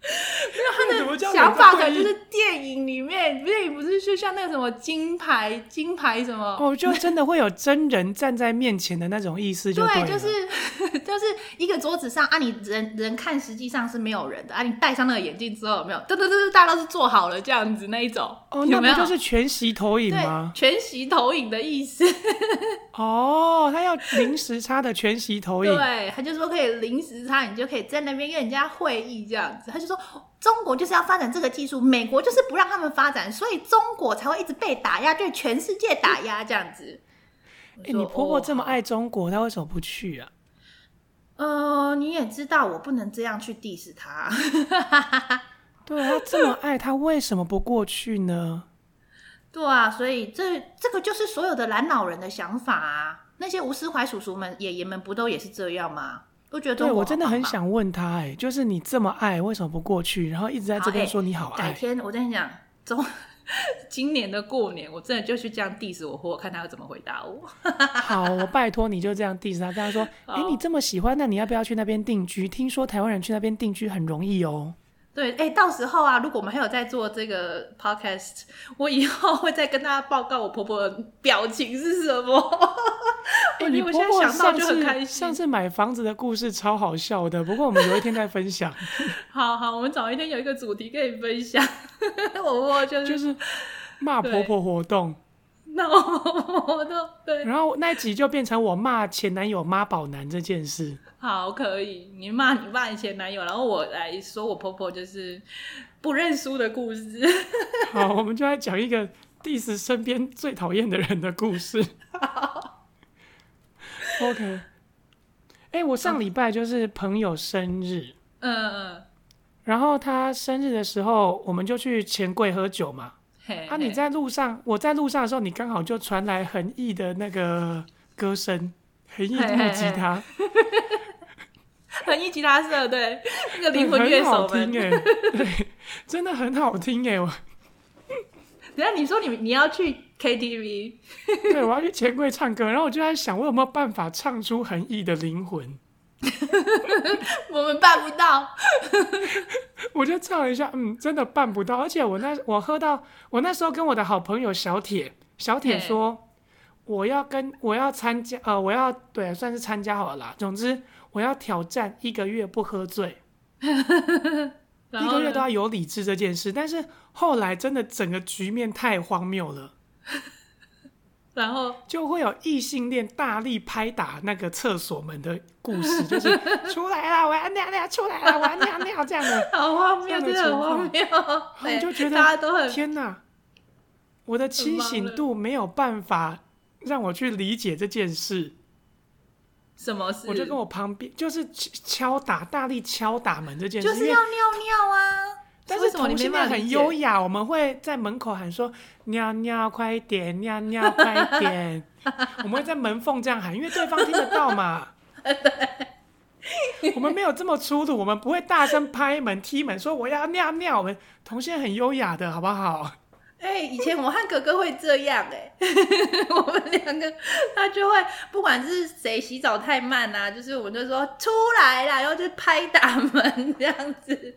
[LAUGHS] 没有想法可能就是电影里面，电影不是就像那个什么金牌，金牌什么？哦，就真的会有真人站在面前的那种意思就对，了就是就是 [LAUGHS] 一个桌子上啊，你人人看实际上是没有人的啊，你戴上那个眼镜之后有没有？对对对对，大家都是做好了这样子那一种，哦，那有没有？不就是全息投影对吗？全息投影的意思。哦，他要临时插的全息投影，哎对，他就说可以临时差，你就可以在那边跟人家会议这样子。他就说中国就是要发展这个技术，美国就是不让他们发展，所以中国才会一直被打压，对全世界打压这样子。哎、我说你婆婆这么。哦爱中国，她为什么不去啊？呃，你也知道我不能这样去 diss 他，对她这么爱，她为什么不过去呢？对啊，所以这这个就是所有的蓝老人的想法啊。那些吴思怀叔叔们、爷爷们不都也是这样吗？都觉得中 [LAUGHS] 对国我真的好棒很棒想问她，哎，就是你这么爱，为什么不过去？然后一直在这边好哎说你好爱，改天我跟你讲，中 [LAUGHS] 今年的过年，我真的就去这样 diss 我婆婆，看她要怎么回答我。好，我拜托你就这样 diss 他，跟他 [LAUGHS] 说：“哎、好你这么喜欢，那你要不要去那边定居？听说台湾人去那边定居很容易哦。对，哎、到时候啊，如果我们还有在做这个 podcast，我以后会再跟大家报告我婆婆的表情是什么。 [LAUGHS] 哎， [LAUGHS] 我你我婆现婆在想到上就很开次心。上次买房子的故事超好笑的，不过我们有一天再分 [LAUGHS] 享，好好，我们找一天有一个主题可以分享。 [LAUGHS] 我婆婆就是，就是骂婆婆活动， [LAUGHS] 那我婆婆都对，然后那一集就变成我骂前男友妈宝男这件事。好，可以，你骂你骂你前男友，然后我来说我婆婆就是不认输的故事。好，我们就来讲一个 diss 身边最讨厌的人的故事。OK，哎、我上礼拜就是朋友生日。嗯嗯，然后他生日的时候，我们就去钱柜喝酒嘛。嘿啊，你在路上，我在路上的时候，你刚好就传来恒毅的那个歌声，恒毅木吉他，很一吉他 [LAUGHS] 社对那个灵对魂乐很好手们听。哎、对，真的很好听哎、我等一下你说你你要去 KTV，对我要去钱柜唱歌，然后我就在想，我有没有办法唱出恒毅的灵魂？我们办不到。我就唱了一下，嗯，真的办不到。而且我那我喝到我那时候跟我的好朋友小铁，小铁嘿说我要跟我要参加，呃，我要对算是参加好了啦。总之我要挑战一个月不喝醉，然 [LAUGHS] 一后个呢月都要有理智这件事。但是后来真的整个局面太荒谬了，然后就会有异性恋大力拍打那个厕所门的故事，就是出来啦，我要尿尿，出来啦，我要尿尿这样的。好荒谬，这样的真的很荒谬。 [LAUGHS] 我就觉得大家都很天哪，我的清醒度没有办法让我去理解这件事。什么事？我就跟我旁边就是敲敲打，大力敲打门这件事，就是因要为尿尿啊。但为是什么你同没性办恋法理很解优雅，我们会在门口喊说“尿尿快一点，尿尿快一 [LAUGHS] 点”，我们会在门缝这样喊，因为对方听得到 [LAUGHS] 嘛。我们没有这么粗鲁，我们不会大声拍门、踢门说“我要尿尿”，我们同性恋很优雅的好不好？ [LAUGHS] 哎、以前我和哥哥会这样哎、 [LAUGHS] 我们两个他就会不管是谁洗澡太慢啊，就是我们就说出来啦，然后就拍打门 [LAUGHS] 这样子。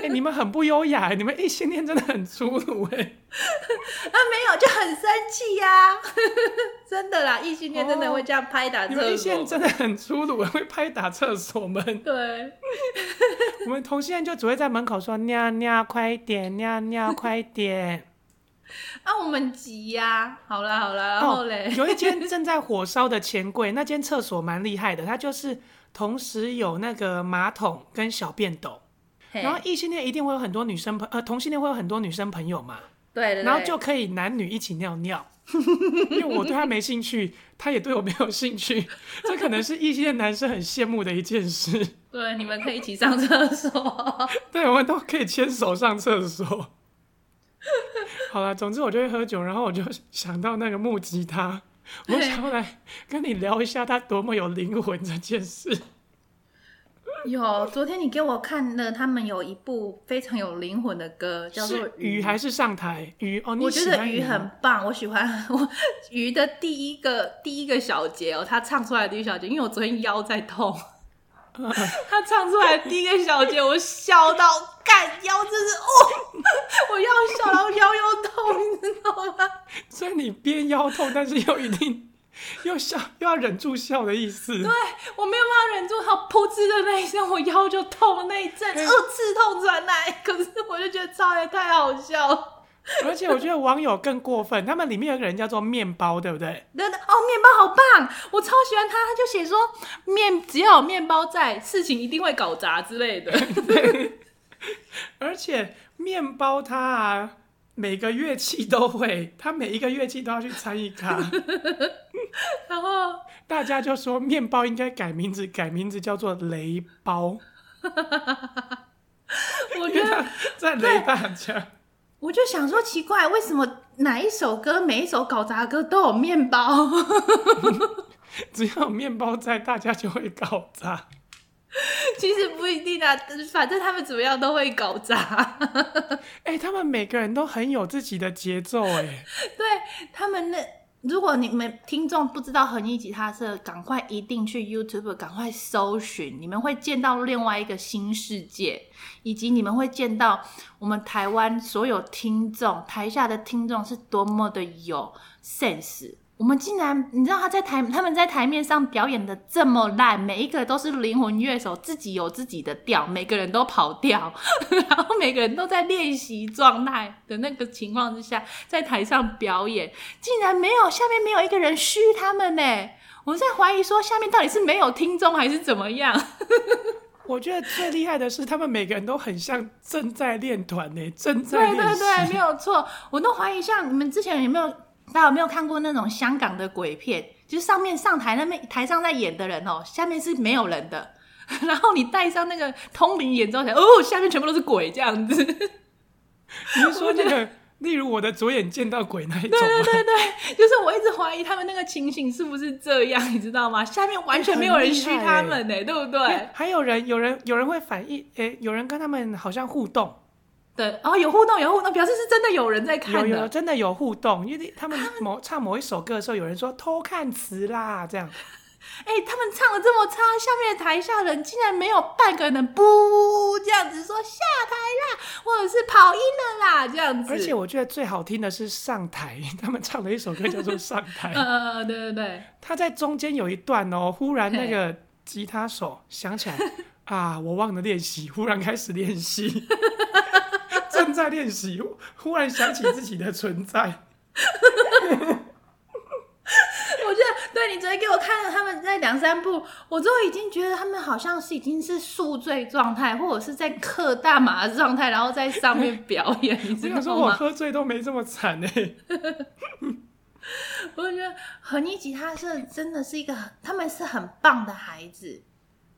哎、你们很不优雅，你们异性恋真的很粗鲁哎。啊，没有就很生气呀、 [LAUGHS] 真的啦，异性恋真的会这样拍打哦你们厕异所。性恋真的很粗鲁，会拍打厕所门。对，我们同性恋就只会在门口说尿尿快一点，尿尿快一点。啊，我们急呀、好啦好啦，然后哦嘞，，有一间正在火烧的钱柜，那间厕所蛮厉害的，它就是同时有那个马桶跟小便斗。嘿然后异性恋一定会有很多女生朋，呃，同性恋会有很多女生朋友嘛，对对对，然后就可以男女一起尿 [LAUGHS] 尿。因为我对他没兴趣，他也对我没有兴趣，这可能是异性恋男生很羡慕的一件事。对，你们可以一起上厕 [LAUGHS] 所。对，我们都可以牵手上厕所。 [LAUGHS] 好了，总之我就会喝酒，然后我就想到那个木吉他，我想要来跟你聊一下他多么有灵魂这件事。有，昨天你给我看了，他们有一部非常有灵魂的歌，叫做是《鱼还是上台？鱼哦，我你觉喜得欢鱼鱼很棒，我喜欢 [LAUGHS] 我鱼的第一个第一个小节哦，他唱出来的第一小节，因为我昨天腰在 [LAUGHS] 痛，嗯他唱出来的第一个小节，我笑到干腰，真是哦， [LAUGHS] 我要笑，然后腰又痛，你知道吗？所以你边腰痛，但是又一定 [LAUGHS] 又笑，又要忍住笑的意思。对，我没有办法忍住，他噗嗤的那一声，我腰就痛那一阵，哎二次痛传来，可是我就觉得超也太好笑了。而且我觉得网友更过分，他们里面有个人叫做面包，对不对？对对哦，面包好棒，我超喜欢他。他就写说，面只要有面包在，事情一定会搞砸之类的。 [LAUGHS] 而且面包他啊，每个乐器都会，他每一个乐器都要去参与卡。然后大家就说面包应该改名字，改名字叫做雷 [LAUGHS] 包，我因觉为得，他在雷大家。我就想说，奇怪，为什么哪一首歌每一首搞砸的歌都有面包？ [LAUGHS] 只要有面包在，大家就会搞砸。其实不一定啊，反正他们怎么样都会搞砸。哎、他们每个人都很有自己的节奏、哎， [LAUGHS] 对他们那，如果你们听众不知道恒毅吉他社，赶快一定去 YouTube 赶快搜寻，你们会见到另外一个新世界，以及你们会见到我们台湾所有听众，台下的听众是多么的有 sense。我们竟然，你知道他在台，他们在台面上表演的这么烂，每一个都是灵魂乐手，自己有自己的调，每个人都跑调， [LAUGHS] 然后每个人都在练习状态的那个情况之下，在台上表演，竟然没有下面没有一个人嘘他们呢。我在怀疑说，下面到底是没有听众还是怎么样？我觉得最厉害的是，他们每个人都很像正在练团呢，正在 [LAUGHS] 练对对习。对，没有错。我都怀疑，像你们之前有没有，大家有没有看过那种香港的鬼片？就是上面上台那边台上在演的人哦，下面是没有人的， [LAUGHS] 然后你戴上那个通灵眼罩，想哦，下面全部都是鬼这样子。你是说那个，例如我的左眼见到鬼那一种吗？对对， [LAUGHS] 就是我一直怀疑他们那个情形是不是这样，你知道吗？下面完全没有人虚他们呢、欸对不对？还有人，有人，有人会反应，诶、有人跟他们好像互动，对，哦，有互动，有互动，表示是真的有人在看有的。有真的有互动，因为他们某唱某一首歌的时候，有人说偷看词啦，这样，哎、他们唱的这么差，下面的台下人竟然没有半个人不这样子说下台啦，或者是跑音了啦这样子。而且我觉得最好听的是上台， [LAUGHS] 他们唱了一首歌叫做《上台》 [LAUGHS] 呃，呃呃，对对对，他在中间有一段哦，忽然那个吉他手想起来 [LAUGHS] 啊，我忘了练习，忽然开始练习， [LAUGHS] 正在练习，忽然想起自己的存 [LAUGHS] 在。我觉得对你昨天给我看了他们在两三步，我都已经觉得他们好像是已经是宿醉状态，或者是在嗑大麻的状态，然后在上面表演，你我知想道说，我吗？喝醉都没这么惨哎、我就觉得和尼吉他社真的是一个很，他们是很棒的孩子，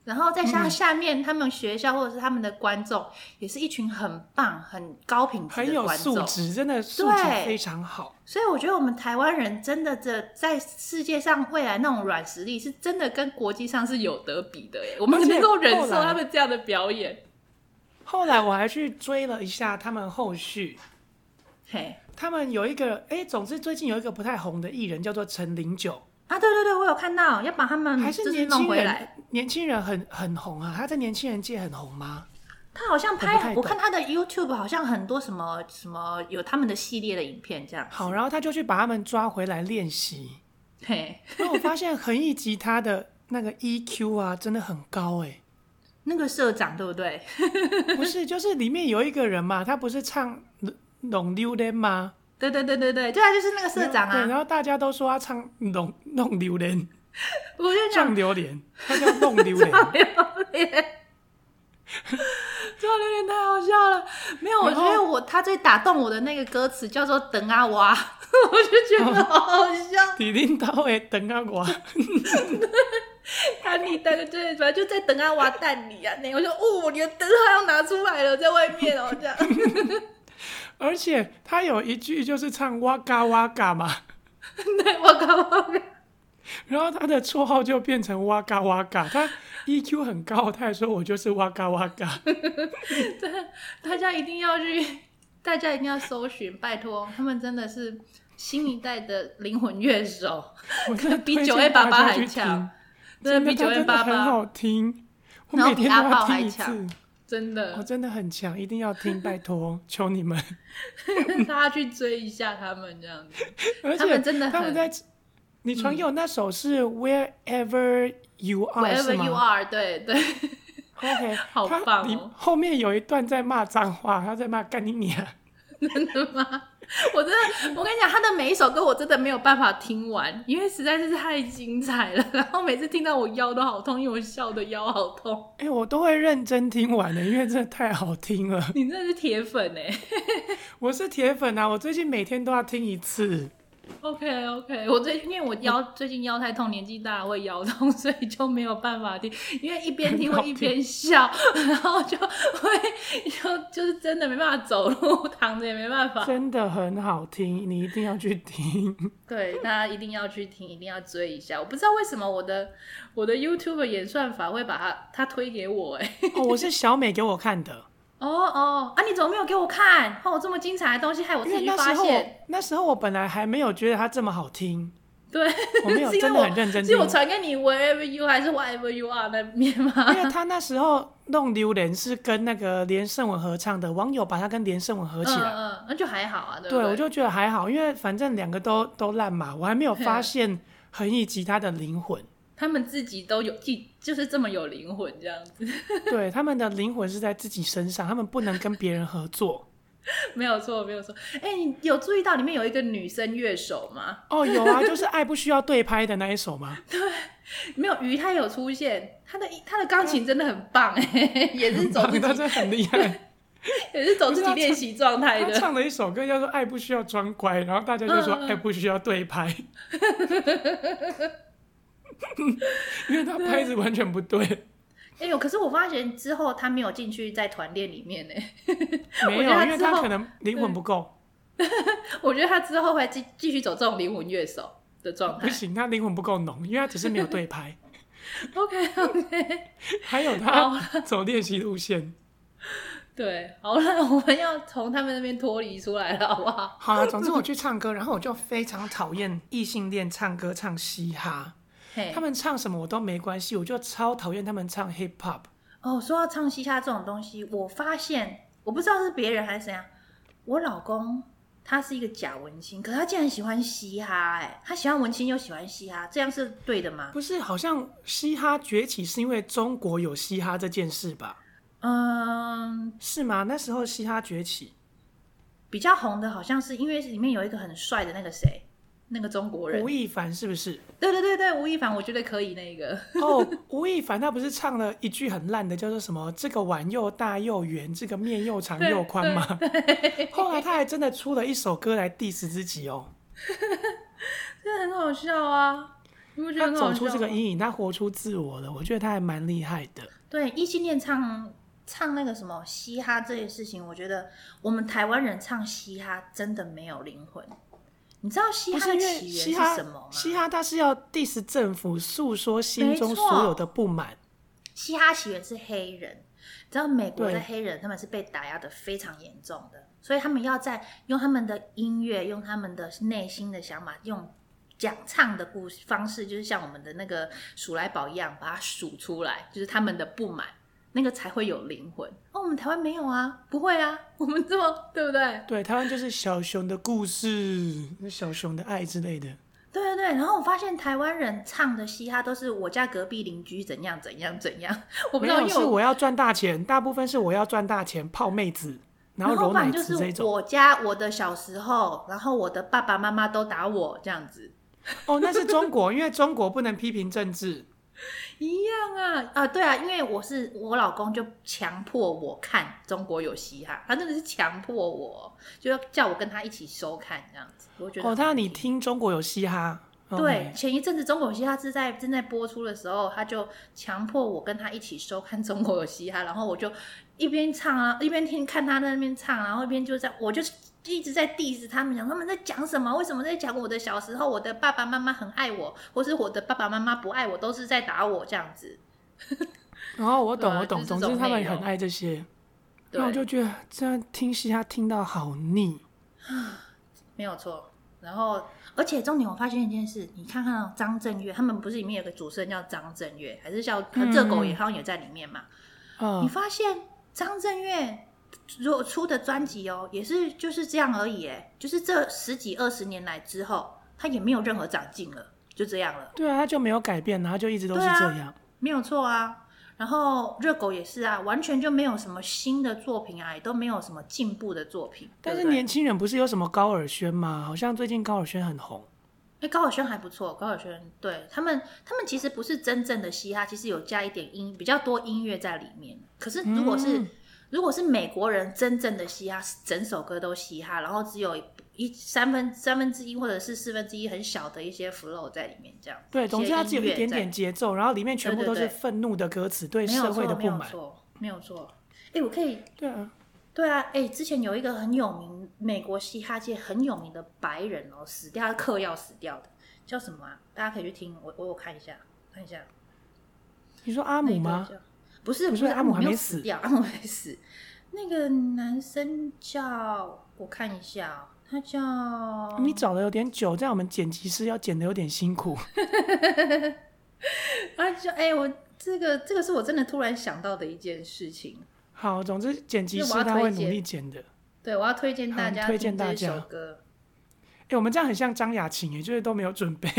然后在下下面、他们学校或者是他们的观众，也是一群很棒、很高品质很的有观素众。质，真的素质非常好。所以我觉得我们台湾人真的这在世界上未来那种软实力，是真的跟国际上是有得比的耶。我们而且能够忍后受来他们这样的表演，后来我还去追了一下他们后续，嘿他们有一个哎、总之最近有一个不太红的艺人叫做陈零九，啊，对对对，我有看到，要把他们还就是嗯是年弄轻回人来。，年轻人很很红啊，他在年轻人界很红吗？他好像我不太懂拍，我看他的 YouTube 好像很多什么什么有他们的系列的影片这样。好，然后他就去把他们抓回来练 [LAUGHS] 习。嘿，然后我发现恒毅吉他的那个 EQ 啊，真的很高哎、那个社长对不对？ [LAUGHS] 不是，就是里面有一个人嘛，他不是唱《弄榴莲》吗？对对对对对，对啊，就是那个社长对，然啊。后大家都说他唱弄弄榴莲，我就讲撞榴莲，他叫弄榴 [LAUGHS] 莲。撞榴莲，撞榴莲太好笑了。没有，我然觉后得我他最打动我的那个歌词叫做“等啊娃”， [LAUGHS] 我就觉得好好笑。你领导诶，等啊我，看你等对，反正就在等啊娃蛋你啊，那我就哦，你的灯号要拿出来了，在外面哦这样。 [LAUGHS] 而且他有一句就是唱哇嘎哇嘎嘛， [LAUGHS] 对，我靠，我靠。然后他的绰号就变成哇嘎哇嘎，他 EQ 很高，他还说我就是哇嘎哇 [LAUGHS] 嘎。大家一定要去，大家一定要搜寻，拜托，他们真的是新一代的灵魂乐手，我真的比推荐 9A88 大家还去强听，真的的比它真的 9A88 很好听，我然后每比天都阿要炮还听一次强，真我 [LAUGHS] 的，真的很强，一定要听，拜托，求你 [LAUGHS] 们！大家去追一下他们这样 [LAUGHS] 子。而他且们真的他们很嗯在你传给我那首是 Wherever You Are 是 Wherever 吗 you are，对对， [LAUGHS] ？OK，好他棒哦你后面有一段在骂脏话，他在骂干你娘。真的 [LAUGHS] 吗？我真的，我跟你讲，他的每一首歌我真的没有办法听完，因为实在是太精彩了。然后每次听到我腰都好痛，因为我笑的腰好痛。 [LAUGHS] 哎、我都会认真听完的，因为真的太好听了。你真的是铁粉哎、我是铁粉啊，我最近每天都要听一次。 OK OK，我最因为我腰最近腰太痛，年纪大了会腰痛，所以就没有办法听，因为一边听很好会一边笑， [LAUGHS] 然后就会就就是真的没办法走路，躺着也没办法。真的很好听，你一定要去听。对，大家一定要去听，一定要追一下。我不知道为什么我的我的 YouTube 演算法会把它它推给我、哎，哦，我是小美给我看的，哦哦，啊，你怎么没有给我看？哦，这么精彩的东西，害我因自为己去那发时候我现。那时候我本来还没有觉得它这么好 [LAUGHS] 听，对，我没有是因为真的我很认真是听，我传给你 wherever you 还是 whatever you are 那边吗？因为他那时候弄榴莲是跟那个连胜文合唱的，网友把他跟连胜文合起来，嗯嗯，那就还好啊，对不对对我就觉得还好，因为反正两个都都烂嘛，我还没有 [LAUGHS] 发现恒毅吉他的灵魂，他们自己都有记，就是这么有灵魂这样子， [LAUGHS] 对他们的灵魂是在自己身上，他们不能跟别人合作。没有错，没有错。哎、你有注意到里面有一个女生乐手吗？哦，有啊，就是爱不需要对拍的那一首吗？没有，鱼她有出现，她的她的钢琴真的很棒哎、 [LAUGHS] 也是 [LAUGHS] 走自他己真的很厉害， [LAUGHS] 也是走自己不是她唱练习状态他的。 [LAUGHS] 唱了一首歌叫做《爱不需要装乖》，然后大家就说嗯嗯嗯爱不需要对拍， [LAUGHS] 因为他拍子完全不对。哎呦，可是我发现之后他没有进去在团练里面呢、没有，我觉得他因为之他后可能灵魂不够， [LAUGHS] 我觉得他之后会继继续走这种灵魂乐手的状不态。行，他灵魂不够浓，因为他只是没有对拍， OK [LAUGHS] OK，还有好他 [LAUGHS] 走练习路线。对，好了，我们要从他们那边脱离出来了，好不好？好了，啊总之我去唱歌，然后我就非常讨厌异性恋唱歌唱嘻哈，嘿他们唱什么我都没关系，我就超讨厌他们唱 hip hop。哦，说到唱嘻哈这种东西，我发现我不知道是别人还是怎样，我老公他是一个假文青，可他竟然喜欢嘻哈、哎，他喜欢文青又喜欢嘻哈，这样是对的吗？不是，好像嘻哈崛起是因为中国有嘻哈这件事吧？嗯，是吗？那时候嘻哈崛起，比较红的好像是因为里面有一个很帅的那个谁，那个中国人吴，亦凡是不是？对对对对，吴亦凡，我觉得可以那个， [LAUGHS] 哦， [LAUGHS] 吴亦凡他不是唱了一句很烂的，叫做什么“这个碗又大又圆，这个面又长又宽”吗？后来他还真的出了一首歌来 diss 自己 [LAUGHS] 哦，这很好笑啊，你不觉得他很好走笑出这个吗阴影，他活出自我了，我觉得他还蛮厉害的。对异性恋唱唱那个什么嘻哈这件事情，我觉得我们台湾人唱嘻哈真的没有灵魂。你知道嘻不哈是的因为起嘻源是哈什么吗？，嘻哈他是要 diss 政府，诉说心中没错所有的不满。嘻哈起源是黑人，你知道美国的对黑人他们是被打压的非常严重的，所以他们要在用他们的音乐，用他们的内心的想法，用讲唱的故事方式，就是像我们的那个数来宝一样，把它数出来，就是他们的不满，那个才会有灵魂。哦，我们台湾没有啊，不会啊，我们这么对不对？对，台湾就是小熊的故事、小熊的爱之类的。对对对，然后我发现台湾人唱的嘻哈都是我家隔壁邻居怎样怎样怎样，我不没知道，有，因为是我要赚大钱，大部分是我要赚大钱泡妹子，然后后揉不奶然就子这是种。我家我的小时候，然后我的爸爸妈妈都打我这样子，哦，那是中国，因为中国不能批评政 [LAUGHS] 治。一样啊啊对啊，因为我是我老公就强迫我看中国有嘻哈，他真的是强迫我，就要叫我跟他一起收看这样子，我觉得哦，他让很好你听中国有嘻哈。哦对，，前一阵子中国有嘻哈是在正在播出的时候，他就强迫我跟他一起收看中国有嘻哈，然后我就一边唱啊，一边听看他在那边唱，然后一边就在我就一直在 diss 他们，讲他们在讲什么，为什么在讲我的小时候，我的爸爸妈妈很爱我，或是我的爸爸妈妈不爱我，都是在打我这样子。然后我懂，对啊我懂，就是总这之种他们内容很爱这些。对那我，就觉得这样听嘻哈听到好腻。没有错。然后，而且重点我发现一件事，你看看哦张震岳，他们不是里面有个主持人叫张震岳，还是叫呃热狗也嗯好像也在里面嘛？你嗯，发现张震岳如果出的专辑哦，也是就是这样而已，哎，就是这十几二十年来之后，他也没有任何长进了，就这样了，对啊，他就没有改变，然后就一直都是对啊这样。没有错啊。然后热狗也是啊，完全就没有什么新的作品啊，也都没有什么进步的作品。但是对不对年轻人不是有什么高尔宣吗？好像最近高尔宣很红。哎、高晓轩还不错，高晓轩对他们，他们其实不是真正的嘻哈，其实有加一点音，比较多音乐在里面。可是如果是、嗯如果是美国人真正的嘻哈，是整首歌都嘻哈，然后只有一一三分三分之一或者是四分之一很小的一些 flow 在里面，这样对，总之它只有一一些音乐点点在节奏，然后里面全部对对都是对愤怒的歌词，对没有社错，会的没不有满。错，没有错。哎、我可以对啊，对啊，哎、之前有一个很有名美国嘻哈界很有名的白人哦，死掉，他嗑药死掉的，叫什么啊？大家可以去听，我我有看一下，看一下。你说阿那姆个吗叫？？不是，不不是是，阿阿姆姆还没有没死死掉，阿姆没死。那个男生叫我看一下哦，他叫你找的有点久，这样我们剪辑师要剪的有点辛苦。他叫哎、我这个这个是我真的突然想到的一件事情。好，总之剪辑师那我要他会推努荐力剪的。对，我要推荐大好家推荐听这大家首歌。 [LAUGHS] 哎、我们这样很像张雅琴，也就是都没有准备。 [LAUGHS]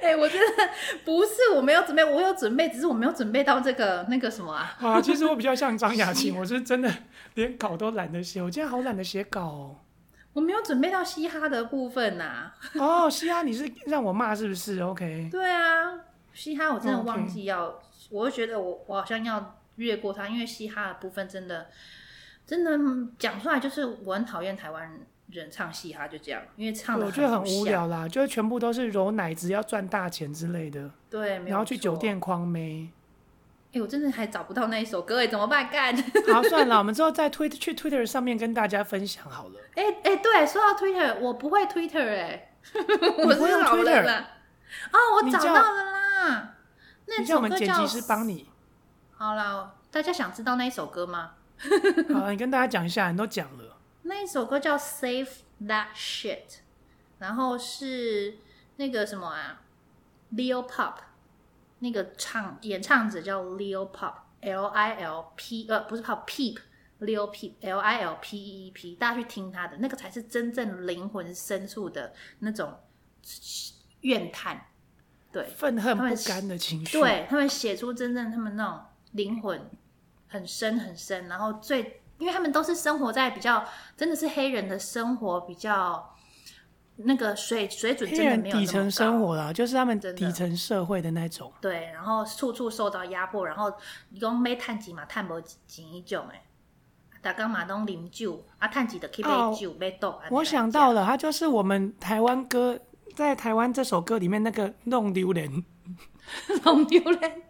哎、我真的不是我没有准备，我有准备，只是我没有准备到这个那个什么啊。啊，其实我比较像张雅琴，我是真的连稿都懒得写，我今天好懒得写稿哦。我没有准备到嘻哈的部分呐、哦，西亚，你是让我骂是不是？OK，对啊，嘻哈我真的哦 OK 忘记要我就觉得我我好像要越嗯过它，因为嘻哈的部分真的真的讲出来就是我很讨厌台湾人唱嘻哈，就这样，因为唱的我觉得很无。聊啦，就是全部都是揉奶子要赚大钱之类的，对，没有然后去酒错。店框妹。哎、我真的还找不到那一首歌哎，怎么办？干！ [LAUGHS] 好，算了，我们之后再推去 Twitter 上面跟大家分享好了。哎、哎、对，说到 Twitter，我不会 Twitter 哎、 [LAUGHS] 我不会是用老 Twitter？人了。哦，我你找叫到了啦，那你叫首我们歌剪叫辑师帮 [LAUGHS] 你。好啦，大家想知道那一首歌吗？好了，你跟大家讲一下，你都讲了。那一首歌叫《Save That Shit》，然后是那个什么啊，Leo Pop，那个唱演唱者叫 Leo Pop，L I L P 呃不是 Pop，Peep，Leo Peep，L I L P E E P，大家去听他的那个才是真正灵魂深处的那种怨叹，对愤恨他们不是甘的情绪，，对他们写出真正他们那种灵魂很深很深，然后最因为他们都是生活在比较真的是黑人的生活比较那个水水准黑真的人没有底那么层高生活啦，就是他们真的底层社会的那种。对，然后处处受到压迫，然后讲要趁钱嘛，趁无钱一种诶，大家嘛拢啉酒，啊，趁钱就去买哦酒、买毒。啊安尼我来想 [LAUGHS] 吃到了，他就是我们台湾歌在台湾这首歌里面那个弄榴莲，弄丢嘞。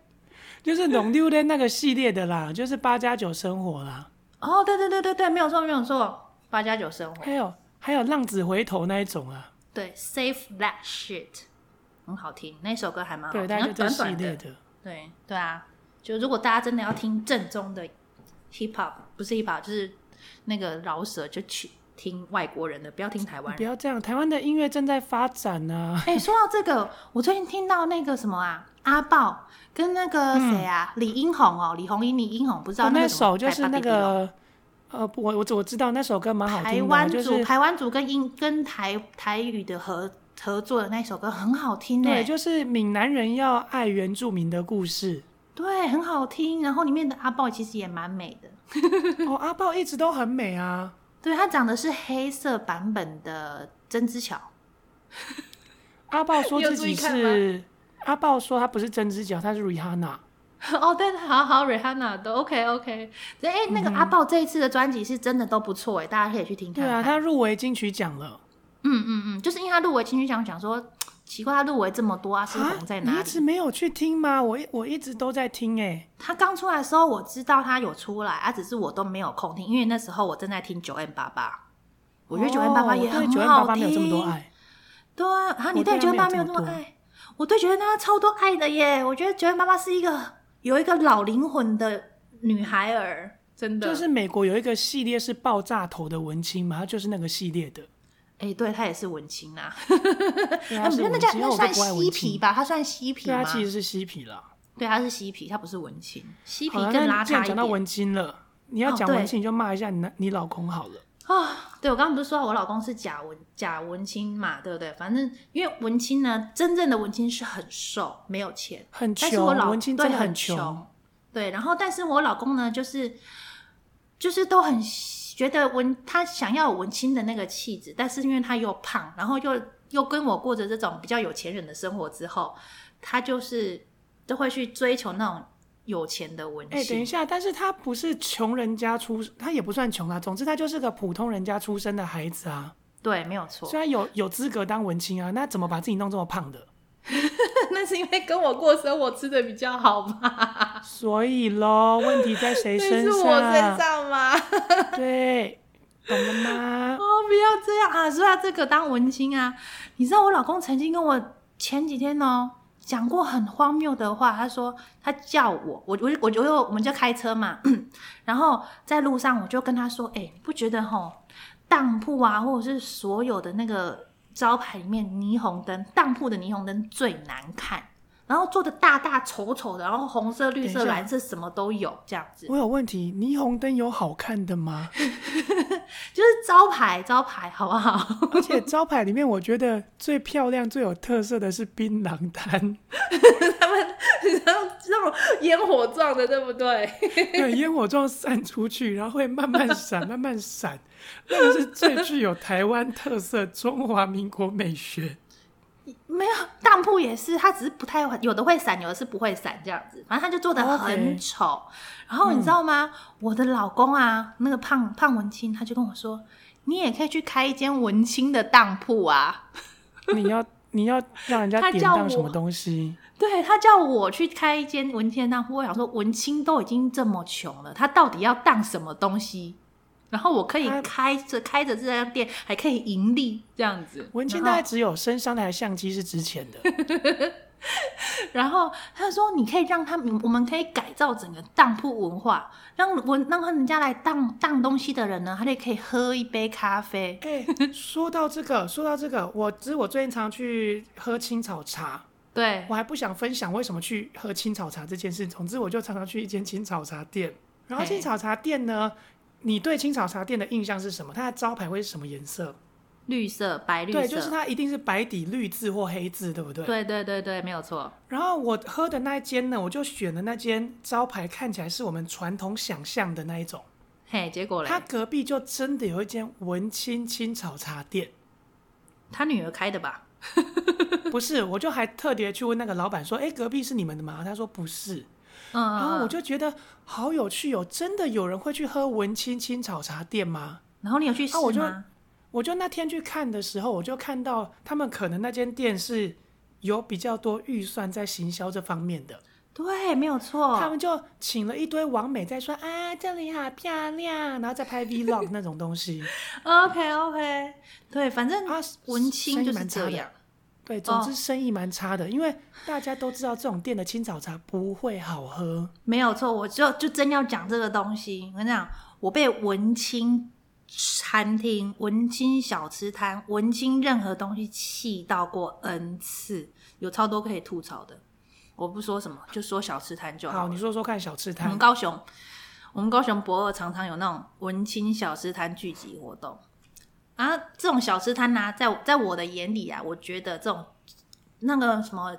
就是弄榴莲那个系列的啦，就是八加九生活啦，哦，对对对对对，没有错没有错，八加九生活。还有还有浪子回头那一种啊，对，Save That Shit，很好听，那首歌还蛮好对，听，大概就这短系短列的，的。对对啊，就如果大家真的要听正宗的 hip hop，不是 hip hop，就是那个饶舌，就去听外国人的，不要听台湾不人。要这样，台湾的音乐正在发展啊。哎、说到这个，我最近听到那个什么啊，阿豹跟那个谁啊，李英宏哦，李红英、李英宏，不知道嗯哦那个什么首就是那个呃，不我我我知道那首歌蛮好台听的啊，湾就族、是台湾族跟英跟台台语的合合作的那首歌很好听欸呢、对，就是闽南人要爱原住民的故事。对，很好听。然后里面的阿豹其实也蛮美的，哦，阿豹一直都很美啊。对，它长的是黑色版本的针织桥，阿 [LAUGHS] 豹说你有自己注意看是阿豹说他不是针织脚，他是 Rihanna。 [LAUGHS] 哦，对，好好，Rihanna 都 OK OK。对，哎、那个阿豹这一次的专辑是真的都不错哎，大家可以去听看对看。啊，他入围金曲奖了。嗯嗯嗯，就是因为他入围金曲奖，想说奇怪，他入围这么多啊，是啊红在，你哪一直里？没有去听吗？我一我一直都在听哎、 [LAUGHS] 他刚出来的时候，我知道他有出来，啊，只是我都没有空听，因为那时候我正在听九 M 八八，我觉得九 M 八八哦也我对很九 N 八好八没有这么多听。爱。对啊，啊，你我对对他九没八有没有这那么多么爱，我对九八超多爱的耶！我觉得九八八是一个有一个老灵魂的女孩儿，真的就是美国有一个系列是爆炸头的文青嘛，他就是那个系列的。哎、对她也是文青啊，对啊啊，不是是文那青叫，那我都算不爱嬉文皮青。吧？她算嬉皮对吗啊，？其实是嬉皮啦。对，她是嬉皮，她不是文青，嬉皮好了，更那邋你既然遢一讲到点文青了，你要哦讲对文青，你就骂一下你那你老公好了。啊。对，我刚刚不是说我老公是假文假文青嘛，对不对？反正因为文青呢，真正的文青是很瘦，没有钱，很但是穷，我老文青对真的很穷。。对，然后但是我老公呢，就是就是都很觉得文，他想要有文青的那个气质，但是因为他又胖，然后又又跟我过着这种比较有钱人的生活之后，他就是都会去追求那种有钱的文哎、等青。一下，但是他不是穷人家出，他也不算穷啦。总之，他就是个普通人家出生的孩子啊。对，没有错虽。然有有资格当文青啊，那怎么把自己弄这么胖的？ [LAUGHS] 那是因为跟我过生活吃的比较好吧？所以咯，问题在谁那身 [LAUGHS] 是上？我身上吗？对，懂了吗？哦，不要这样啊！说到这个当文青啊，你知道我老公曾经跟我前几天哦讲过很荒谬的话，他说他叫我，我我就我就我们就开车嘛， [CLEARS THROAT] 然后在路上我就跟他说，哎、你不觉得吼当铺啊，或者是所有的那个招牌里面霓虹灯，当铺的霓虹灯最难看，然后做的大大丑丑的，然后红色、绿等色、一下蓝色什么都有这样子。我有问题，霓虹灯有好看的吗？就是招牌招牌好不好？而且招牌里面，我觉得最漂亮、最有特色的是槟榔摊，他们然后 [LAUGHS] 那种烟火状的，对不对？对，烟火状散出去，然后会慢慢闪，慢慢闪，那个是最具有台湾特色、中华民国美学。没有，当铺也是，它只是不太有的会闪，有的是不会闪这样子，反正它就做的 OK 很丑。然后你知道吗？我的老公啊，那个胖胖文青，他就跟我说：“你也可以去开一间文青的当铺啊。你要你要让人家他典叫当什我么东西？对他叫我去开一间文青的当铺，我想说文青都已经这么穷了，他到底要当什么东西？然后我可以他开着开着这家店，还可以盈利这样子。文青然大后概只有身上那台相机是值钱的，然后他说：“你可以让他们，我们可以改造整个当铺文化，让文让人家来当当东西的人呢，他就可以喝一杯咖啡。 [LAUGHS] 哎、说到这个，说到这个，我只是我最近常去喝青草茶，对我，还不想分享为什么去喝青草茶这件事。总之，我就常常去一间青草茶店。然后嘿青草茶店呢，你对青草茶店的印象是什么？它的招牌会是什么颜色？绿色、白绿色，对，就是它一定是白底绿字或黑字，对不对？。对对对对，没有错。然后我喝的那一间呢，我就选的那间招牌看起来是我们传统想象的那一种。嘿，结果嘞它，隔壁就真的有一间文青青草茶店。 [LAUGHS] 他女儿开的吧？不是，我就还特别去问那个老板说：“哎、隔壁是你们的吗？”他说不是，嗯，然后啊我嗯，就觉得好有趣哦，真的有人会去喝文青青草茶店吗？然后你有去试啊我就吗？我就那天去看的时候，我就看到他们可能那间店是有比较多预算在行销这方面的，对，没有他错。们就请了一堆网美在说啊这里好漂亮，然后再拍 vlog 那种东 [LAUGHS] 西 OK OK，对，反正啊，文青生意就是蛮差这的样。。对，总之哦生意蛮差的，因为大家都知道这种店的青草茶不会好喝。没有错，我就就真要讲这个东西。我跟你讲，我被文青餐厅、文青小吃摊、文青任何东西气到过 N 次，有超多可以吐槽的。我不说什么，就说小吃摊就好了。好，你说说看，小吃啊我们摊，高雄，我们高雄博二常常有那种文青小吃摊聚集活动啊。这种小吃摊呢、在我在我的眼里啊，我觉得这种那个什么，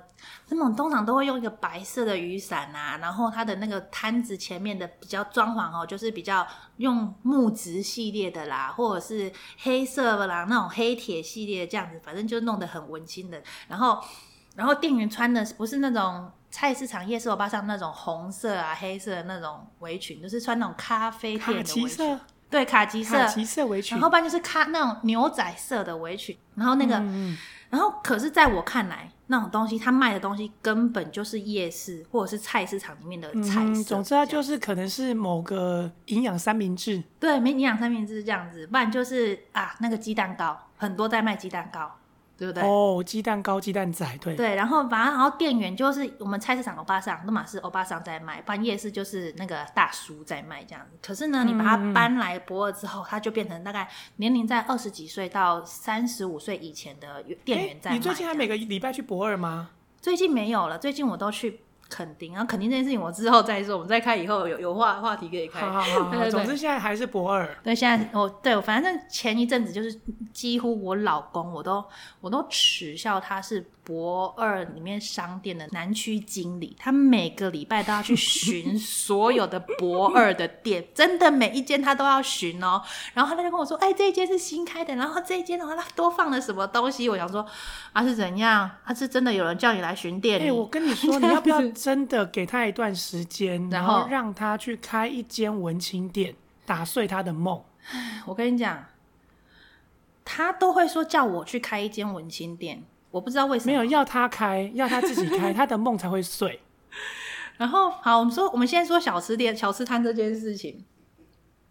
那种通常都会用一个白色的雨伞啊，然后它的那个摊子前面的比较装潢哦，就是比较用木质系列的啦，或者是黑色的啦，那种黑铁系列这样子，反正就弄得很文青的。然后，然后店员穿的不是那种菜市场夜市欧巴桑那种红色啊、黑色的那种围裙，就是穿那种咖啡卡店的其围裙色，，对，卡其色卡，其色围裙，然后不然就是咖那种牛仔色的围裙，然后那 [LAUGHS] 个。嗯然后，可是在我看来，那种东西他卖的东西根本就是夜市或者是菜市场里面的菜色。嗯，总之它这就样是可能是某个营养三明治，对，没营养三明治这样子，不然就是啊，那个鸡蛋糕，很多在卖鸡蛋糕，对不对？哦，鸡蛋糕、鸡蛋仔，对，对，然后反正然后店员就是我们菜市场欧巴桑，都嘛是欧巴桑在卖，不然夜市就是那个大叔在卖这样子。可是呢，你把嗯嗯它搬来博尔之后，它就变成大概年龄在二十几岁到三十五岁以前的店员在诶卖。你最近还这样每个礼拜去博二吗？最近没有了，最近我都去垦丁，然后垦丁这件事情我之后再说，我们再开以后有有话话题可以开。好好好好对对对总之现在还是博二。对，现在我对我反正前一阵子就是几乎我老公我都我都耻笑他是博二里面商店的南区经理，他每个礼拜都要去巡所有的博二的店，真的每一间他都要巡哦。然后他就跟我说：“哎，这一间是新开的，然后这一间的话他多放了什么东西。”我想说啊是怎样？他、是真的有人叫你来巡店哎、里？我跟你 [LAUGHS] 说，你要不要真的给他一段时间，然然后后让他去开一间文青店，打碎他的梦？我跟你讲，他都会说叫我去开一间文青店，我不知道为什没么有要他开，要他自己 [LAUGHS] 开，他的梦才会碎。然后好，我们说我们现在说小吃店、小吃摊这件事情。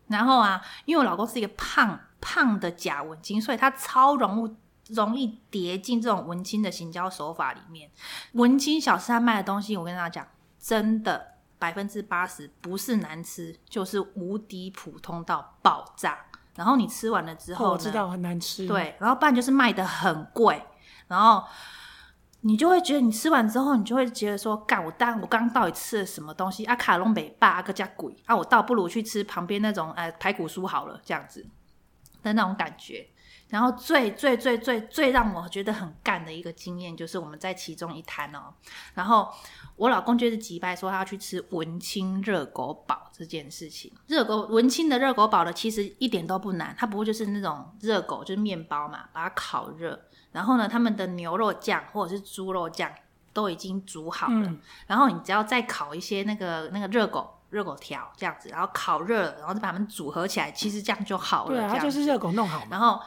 然后啊，因为我老公是一个胖胖的假文青，所以他超容易容易跌进这种文青的行销手法里面。文青小吃摊卖的东西，我跟大家讲，真的百分之八十不是难吃，就是无敌普通到爆炸。然后你吃完了之后哦呢，我知道很难吃，，对，然后不然就是卖的很贵，然后你就会觉得你吃完之后，你就会觉得说，干我当我刚到底吃了什么东西啊？卡龙北霸啊，个加鬼啊，我倒不如去吃旁边那种呃排骨酥好了，这样子的那种感觉。然后最最最最最让我觉得很干的一个经验，就是我们在其中一摊哦，然后我老公就是急掰说他要去吃文青热狗堡这件事情。热狗文青的热狗堡呢，其实一点都不难，它不过就是那种热狗，就是面包嘛，把它烤热，然后呢，他们的牛肉酱或者是猪肉酱都已经煮好了，嗯，然后你只要再烤一些那个那个热狗热狗条这样子，然后烤热了，然后再把它们组合起来，其实这样就好了。对啊，它这样就是子热狗弄好嘛。然后，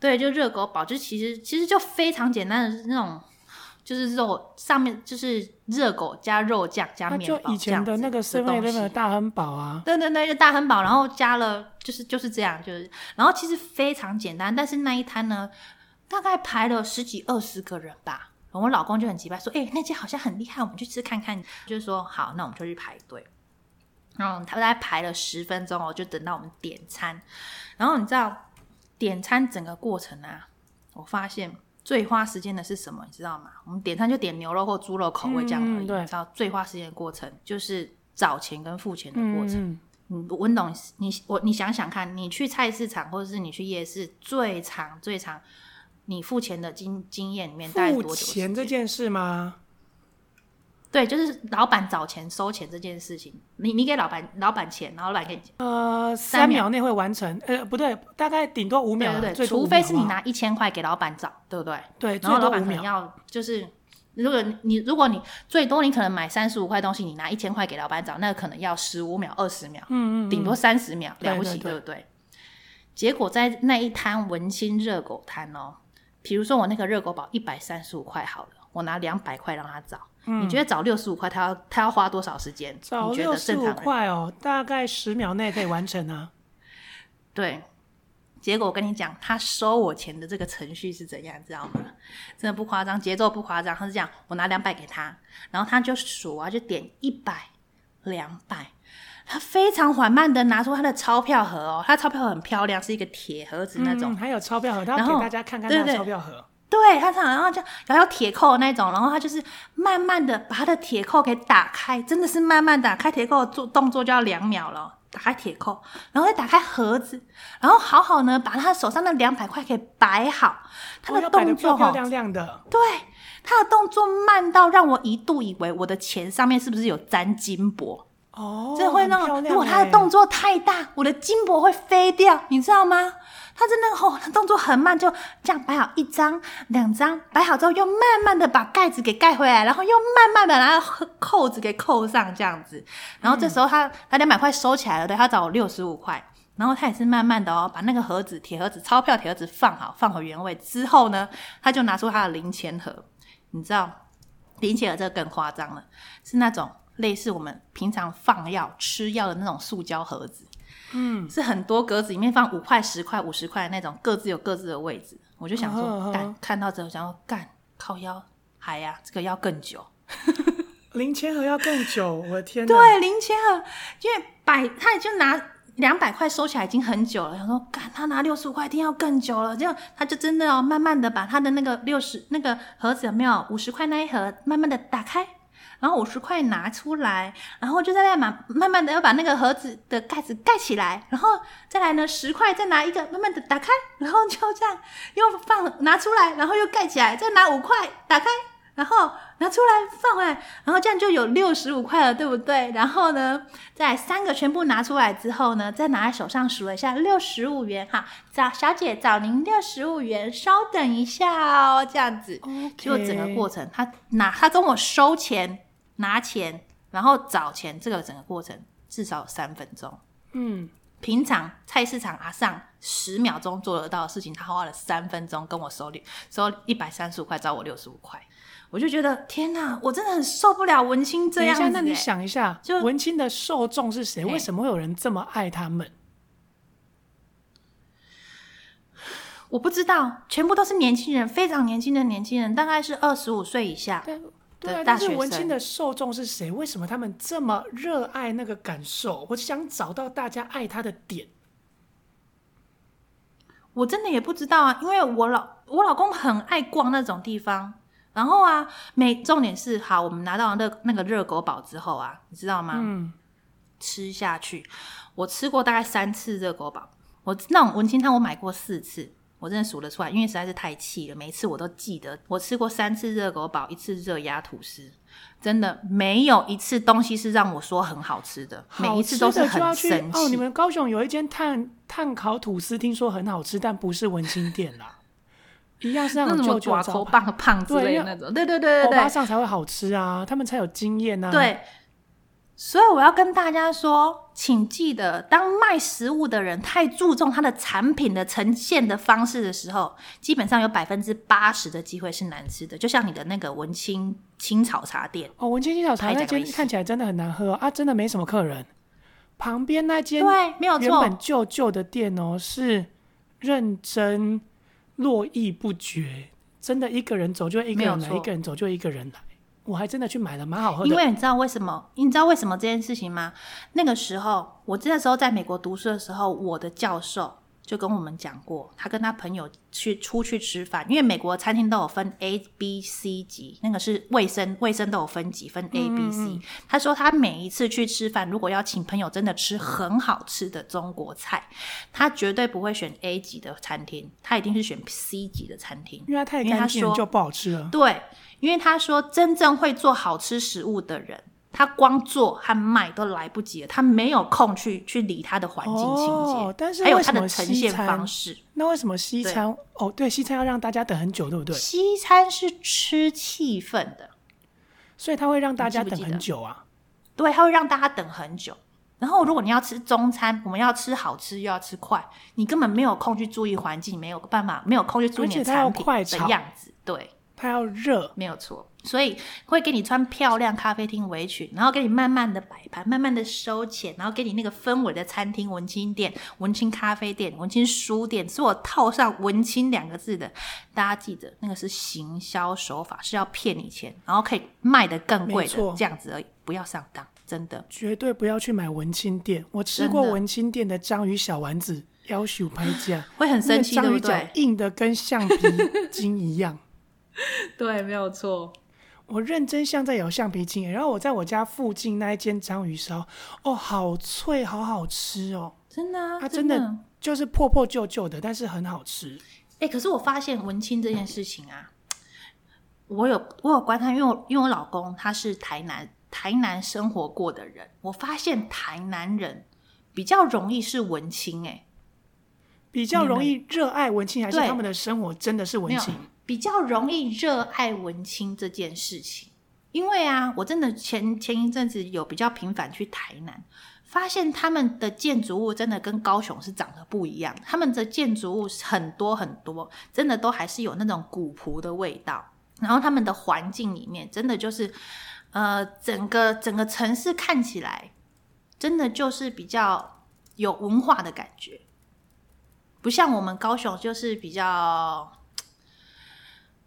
对，就热狗堡，就其实其实就非常简单的那种，就是肉上面就是热狗加肉酱加它面就包以前这的样子那个 Seven 东 Eleven 西的大汉堡啊，对对对，就大汉堡，然后加了就是就是这样，就是然后其实非常简单，但是那一摊呢，大概排了十几二十个人吧。然后我老公就很奇怪说：“哎、那家好像很厉害，我们去吃看看。”就是说好，那我们就去排队。然后他大概排了十分钟哦，就等到我们点餐。然后你知道点餐整个过程啊，我发现最花时间的是什么，你知道吗？我们点餐就点牛肉或猪肉口味这样而嗯已。对你知道最花时间的过程就是找钱跟付钱的过嗯程。嗯，嗯，文董，你我你想想看，你去菜市场或者是你去夜市，最长最长，你付钱的经经验里面大概多久付的时间？钱这件事吗？对，就是老板找钱收钱这件事情，你你给老板老板钱，然后老板给你钱，呃，三三秒秒内会完成，呃，不对，大概顶多五秒啊，对对对，最多除五非秒是你好不好拿一千块给老板找，对不对？对，最然后多老板五可能秒，要就是，如果你如果你最多你可能买三十五块东西，你拿一千块给老板找，那可能要十五秒、二十秒，嗯嗯，嗯顶多三十秒，对了不起，对对对不对？结果在那一摊文青热狗摊哦，比如说我那个热狗堡一百三十五块好了，我拿两百块让他找，嗯你觉得找六十五块他要他要花多少时间？找你觉六得十正五常人块哦，大概十秒内可以完成啊。对？结果我跟你讲，他收我钱的这个程序是怎样，你知道吗？真的不夸张，节奏不夸张，他是这样，我拿两百给他，然后他就数啊，就点一百、两百，他非常缓慢的拿出他的钞票盒哦，他钞票盒很漂亮，是一个铁盒子 [LAUGHS] 那种，嗯还有钞票盒，他然要给后大家看看对他的对钞票盒。对，他常然后就然后铁扣那种，然后他就是慢慢的把他的铁扣给打开，真的是慢慢打开铁扣，做动作就要两秒了。打开铁扣，然后再打开盒子，然后好好呢把他手上那两百块给摆好。他哦的要摆得动漂作漂哈，哦亮亮 [LAUGHS] 的，对他的动作慢到让我一度以为我的钱上面是不是有沾金箔，哦，这会很让漂我亮如果他的欸动作太大，我的金箔会飞掉，你知道吗？他真的哦，他动作很慢，就这样摆好一张、两张，摆好之后又慢慢的把盖子给盖回来，然后又慢慢的拿扣子给扣上，这样子。然后这时候他、他两百块收起来了，对他找我六十五块，然后他也是慢慢的哦，把那个盒子、铁盒子、钞票铁盒子放好，放回原位之后呢，他就拿出他的零钱盒，你知道，零钱盒这个更夸张了，是那种类似我们平常放药、吃药的那种塑胶盒子，嗯，是很多格子，里面放五块、十块、五十块那种，各自有各自的位置。我就想嗯嗯说，嗯干看到之后想说干靠腰，还呀、这个要更久。零钱盒要更久，我的天哪！对，零钱盒，因为百他也就拿两百块收起来已经很久了，想说，干他拿六十五块一定要更久了，这样他就真的哦，慢慢的把他的那个六十那个盒子有没有五十块那一盒，慢慢的打开。然后五十块拿出来，然后就在那慢慢慢的要把那个盒子的盖子盖起来，然后再来呢十块再拿一个慢慢的打开，然后就这样又放拿出来，然后又盖起来，再拿五块打开，然后拿出来放回来，然后这样就有六十五块了，对不对？然后呢，再三个全部拿出来之后呢，再拿在手上数了一下，六十五元哈，找小姐找您六十五元，稍等一下哦，这样子。 OK 结果整个过程，他拿他跟我收钱、拿钱，然后找钱，这个整个过程至少有三分钟。嗯，平常菜市场阿啊上十秒钟做得到的事情，他花了三分钟跟我收六收一百三十五块，找我六十五块，我就觉得天哪，我真的很受不了文青这等一样子、下，欸。那你想一下，就文青的受众是谁？嘿为什么会有人这么爱他们？我不知道，全部都是年轻人，非常年轻的年轻人，大概是二十五岁以下。但对啊，对但大是学文青生的受众是谁？为什么他们这么热爱那个感受？我想找到大家爱他的点。我真的也不知道啊，因为我老我老公很爱逛那种地方。然后啊，每重点是好，我们拿到那那个热狗堡之后啊，你知道吗？嗯，吃下去，我吃过大概三次热狗堡，我那种文青汤我买过四次，我真的数得出来，因为实在是太气了，每一次我都记得，我吃过三次热狗堡，一次热压吐司，真的没有一次东西是让我说很好吃的，每好一次吃都是的就要很去神哦。你奇。们高雄有一间炭炭烤吐司，听说很好吃，但不是文青店啦，一样是那那种种旧旧寡招头牌，棒胖之对类因的为那种，对对对对欧巴对上才会好吃啊，他们才有经验啊。对，所以我要跟大家说，请记得，当卖食物的人太注重他的产品的呈现的方式的时候，基本上有百分之八十的机会是难吃的。就像你的那个文青青草茶店，哦，文青青草茶太那讲间了一次看起来真的很难喝哦、啊，真的没什么客人。旁边那间对，啊没有原本错，旧旧的店哦，是认真络绎不绝，真的一个人走就一个人没有来，错一个人走就一个人来。我还真的去买了，蛮好喝的。因为你知道为什么？你知道为什么这件事情吗？那个时候，我那时候在美国读书的时候，我的教授就跟我们讲过，他跟他朋友去出去吃饭，因为美国餐厅都有分 A、B、C 级，那个是卫生卫生都有分级，嗯分 A、B、C。他说他每一次去吃饭，如果要请朋友真的吃很好吃的中国菜，他绝对不会选 A 级的餐厅，他一定是选 C 级的餐厅。因为它太因为他干净了说就不好吃了。对，因为他说真正会做好吃食物的人，他光做和卖都来不及了，他没有空去去理他的环境清洁，哦但是还有为他什的么呈西现餐方式。那为什么西餐？哦，对，西餐要让大家等很久，对不对？西餐是吃气氛的，所以它会让大家你记不等记得很久啊。对，他会让大家等很久。然后，如果你要吃中餐，我们要吃好吃又要吃快，你根本没有空去注意环境，没有办法，没有空去注意你而且的它要产品快的炒样子。对，它要热，没有错，所以会给你穿漂亮咖啡厅围裙，然后给你慢慢的摆盘，慢慢的收钱，然后给你那个氛围的餐厅、文青店、文青咖啡店、文青书店，所有套上“文青”两个字的，大家记得那个是行销手法，是要骗你钱，然后可以卖的更贵没的错，这样子而已，不要上当，真的。绝对不要去买文青店。我吃真过的文青店的章鱼小丸子，要求拍价，会很那生个气，对章不鱼脚对？硬的跟橡皮筋一样。对，没有错。我认真像在咬橡皮筋耶，欸然后我在我家附近那一间章鱼烧，哦，好脆，好好吃哦，真的啊，它真真的的就是破破旧旧的，但是很好吃。哎、可是我发现文青这件事情啊，我有我有观察，因为我因为我老公他是台南台南生活过的人，我发现台南人比较容易是文青、欸，比较容易热爱文青，还是对他们的生活真的是没文有青？比较容易热爱文青这件事情。因为啊，我真的前前一阵子有比较频繁去台南，发现他们的建筑物真的跟高雄是长得不一样，他们的建筑物很多很多，真的都还是有那种古朴的味道。然后他们的环境里面，真的就是，呃，整个整个城市看起来，真的就是比较有文化的感觉，不像我们高雄就是比较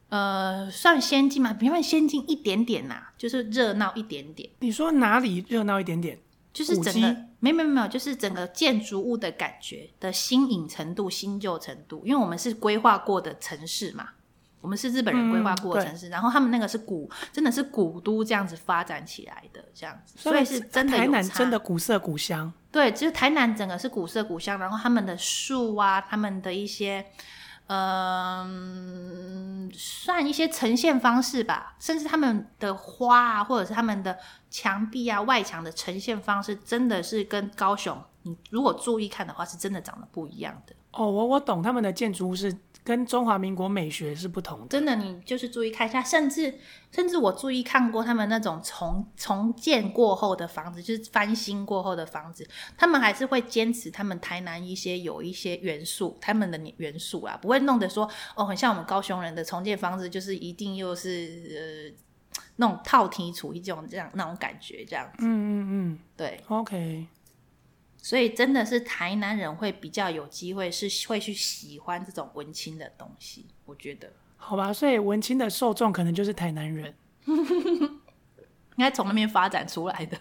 呃，算先进嘛，比他们先进一点点呐、就是热闹一点点，你说哪里热闹一点点？就是整古迹个没有没有没有，就是整个建筑物的感觉的新颖程度、新旧程度，因为我们是规划过的城市嘛，我们是日本人规划过的嗯城市，然后他们那个是古，真的是古都这样子发展起来的这样子，所以是真的有台南差真的古色古香，对，就是台南整个是古色古香，然后他们的树啊，他们的一些，嗯、算一些呈现方式吧，甚至他们的花啊，或者是他们的墙壁啊、外墙的呈现方式，真的是跟高雄，你如果注意看的话，是真的长得不一样的。哦，我我懂，他们的建筑物是跟中华民国美学是不同的。真的，你就是注意看一下，甚至甚至我注意看过他们那种重重建过后的房子，就是翻新过后的房子，他们还是会坚持他们台南一些有一些元素，他们的元素啊，不会弄得说哦，很像我们高雄人的重建方式，就是一定又是呃那种套题厨一种这样那种感觉这样子，嗯嗯对，嗯，OK。所以真的是台南人会比较有机会是会去喜欢这种文青的东西，我觉得。好吧，所以文青的受众可能就是台南人。应该从那边发展出来的，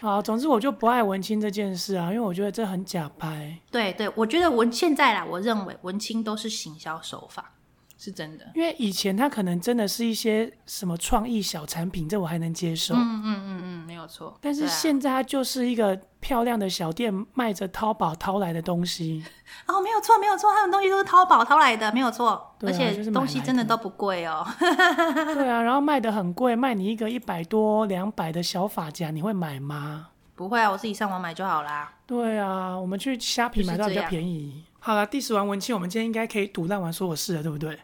好，总之我就不爱文青这件事啊，因为我觉得这很假掰。对对，我觉得文现在啦，我认为文青都是行销手法，是真的。因为以前他可能真的是一些什么创意小产品，这我还能接受。嗯嗯嗯嗯，没有错。但是对啊现在它就是一个漂亮的小店，卖着淘宝淘来的东 [LAUGHS] 西。哦，没有错，没有错，他们东西都是淘宝淘来的，没有错，对啊而就且是买东西来真的的都不贵哦。 [LAUGHS] 对啊，然后卖的很贵，卖你一个一百多、两百的小发夹，你会买吗？不会啊，我自己上网买就好啦。对啊，我们去虾皮就是买到比较这样 [LAUGHS] 便宜。好了，第十完文青，我们今天应该可以赌烂完所有事了，对不对？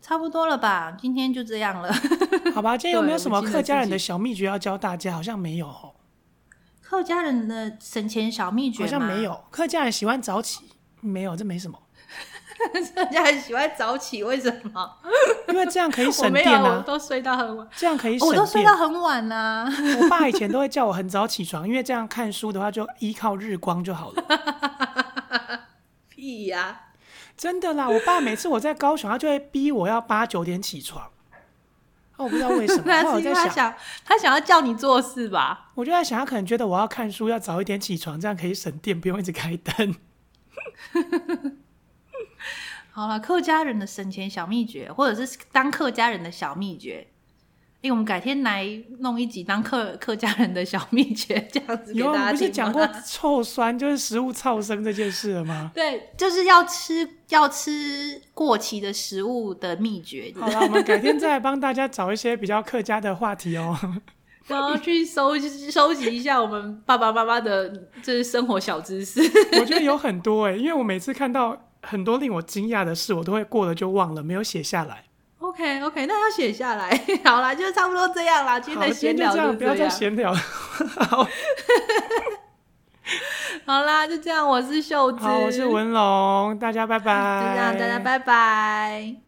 差不多了吧？今天就这样了。 [LAUGHS] 好吧，今天有没有什么我记得客家人自己的小秘诀要教大家？好像没有哦，客家人的省钱小秘诀好像吗 [LAUGHS] 没，有。客家人喜欢早起，没有，这没什么，客家人喜欢早起，为什么？因为这样可 [LAUGHS] 以我省没电有，我啊，都睡到很晚，哦这样可以省我电。都睡到很晚啊啦、 [LAUGHS] 我爸以前都会叫我很早起床，因为这样看书的话就依靠日光就好了。屁呀、真的啦，我爸每次我在高雄，他就会逼我要八九点起床。哦，我不知道为什么，后来 [LAUGHS] 那我是因在为他想，想他想要叫你做事吧？我就在想，他可能觉得我要看书要早一点起床，这样可以省电，不用一直开灯。好了，客家人的省钱小秘诀，或者是当客家人的小秘诀。哎、我们改天来弄一集当客客家人的小秘诀，这样子给有啊，我们大家不是听讲吗过臭酸就是食物噪声这件事了吗？ [LAUGHS] 对，就是要吃要吃过期的食物的秘诀。好了，我们改天再来帮大家找一些比较客家的话题哦。然后啊去收集收集一下我们爸爸妈妈的，就是生活小知识。我觉得有很多哎、因为我每次看到很多令我惊讶的事，我都会过了就忘了，没有写下来。 [LAUGHS] OK OK，那要写下来。 [LAUGHS] 好啦，就差不多这样啦。今天好，的今闲天就聊这就样，不要再样。闲聊了。 [LAUGHS] [LAUGHS] 好，好啦，就这样。我是秀芝， [LAUGHS] 好，我是文龙，大家拜拜。就这样，大家拜拜。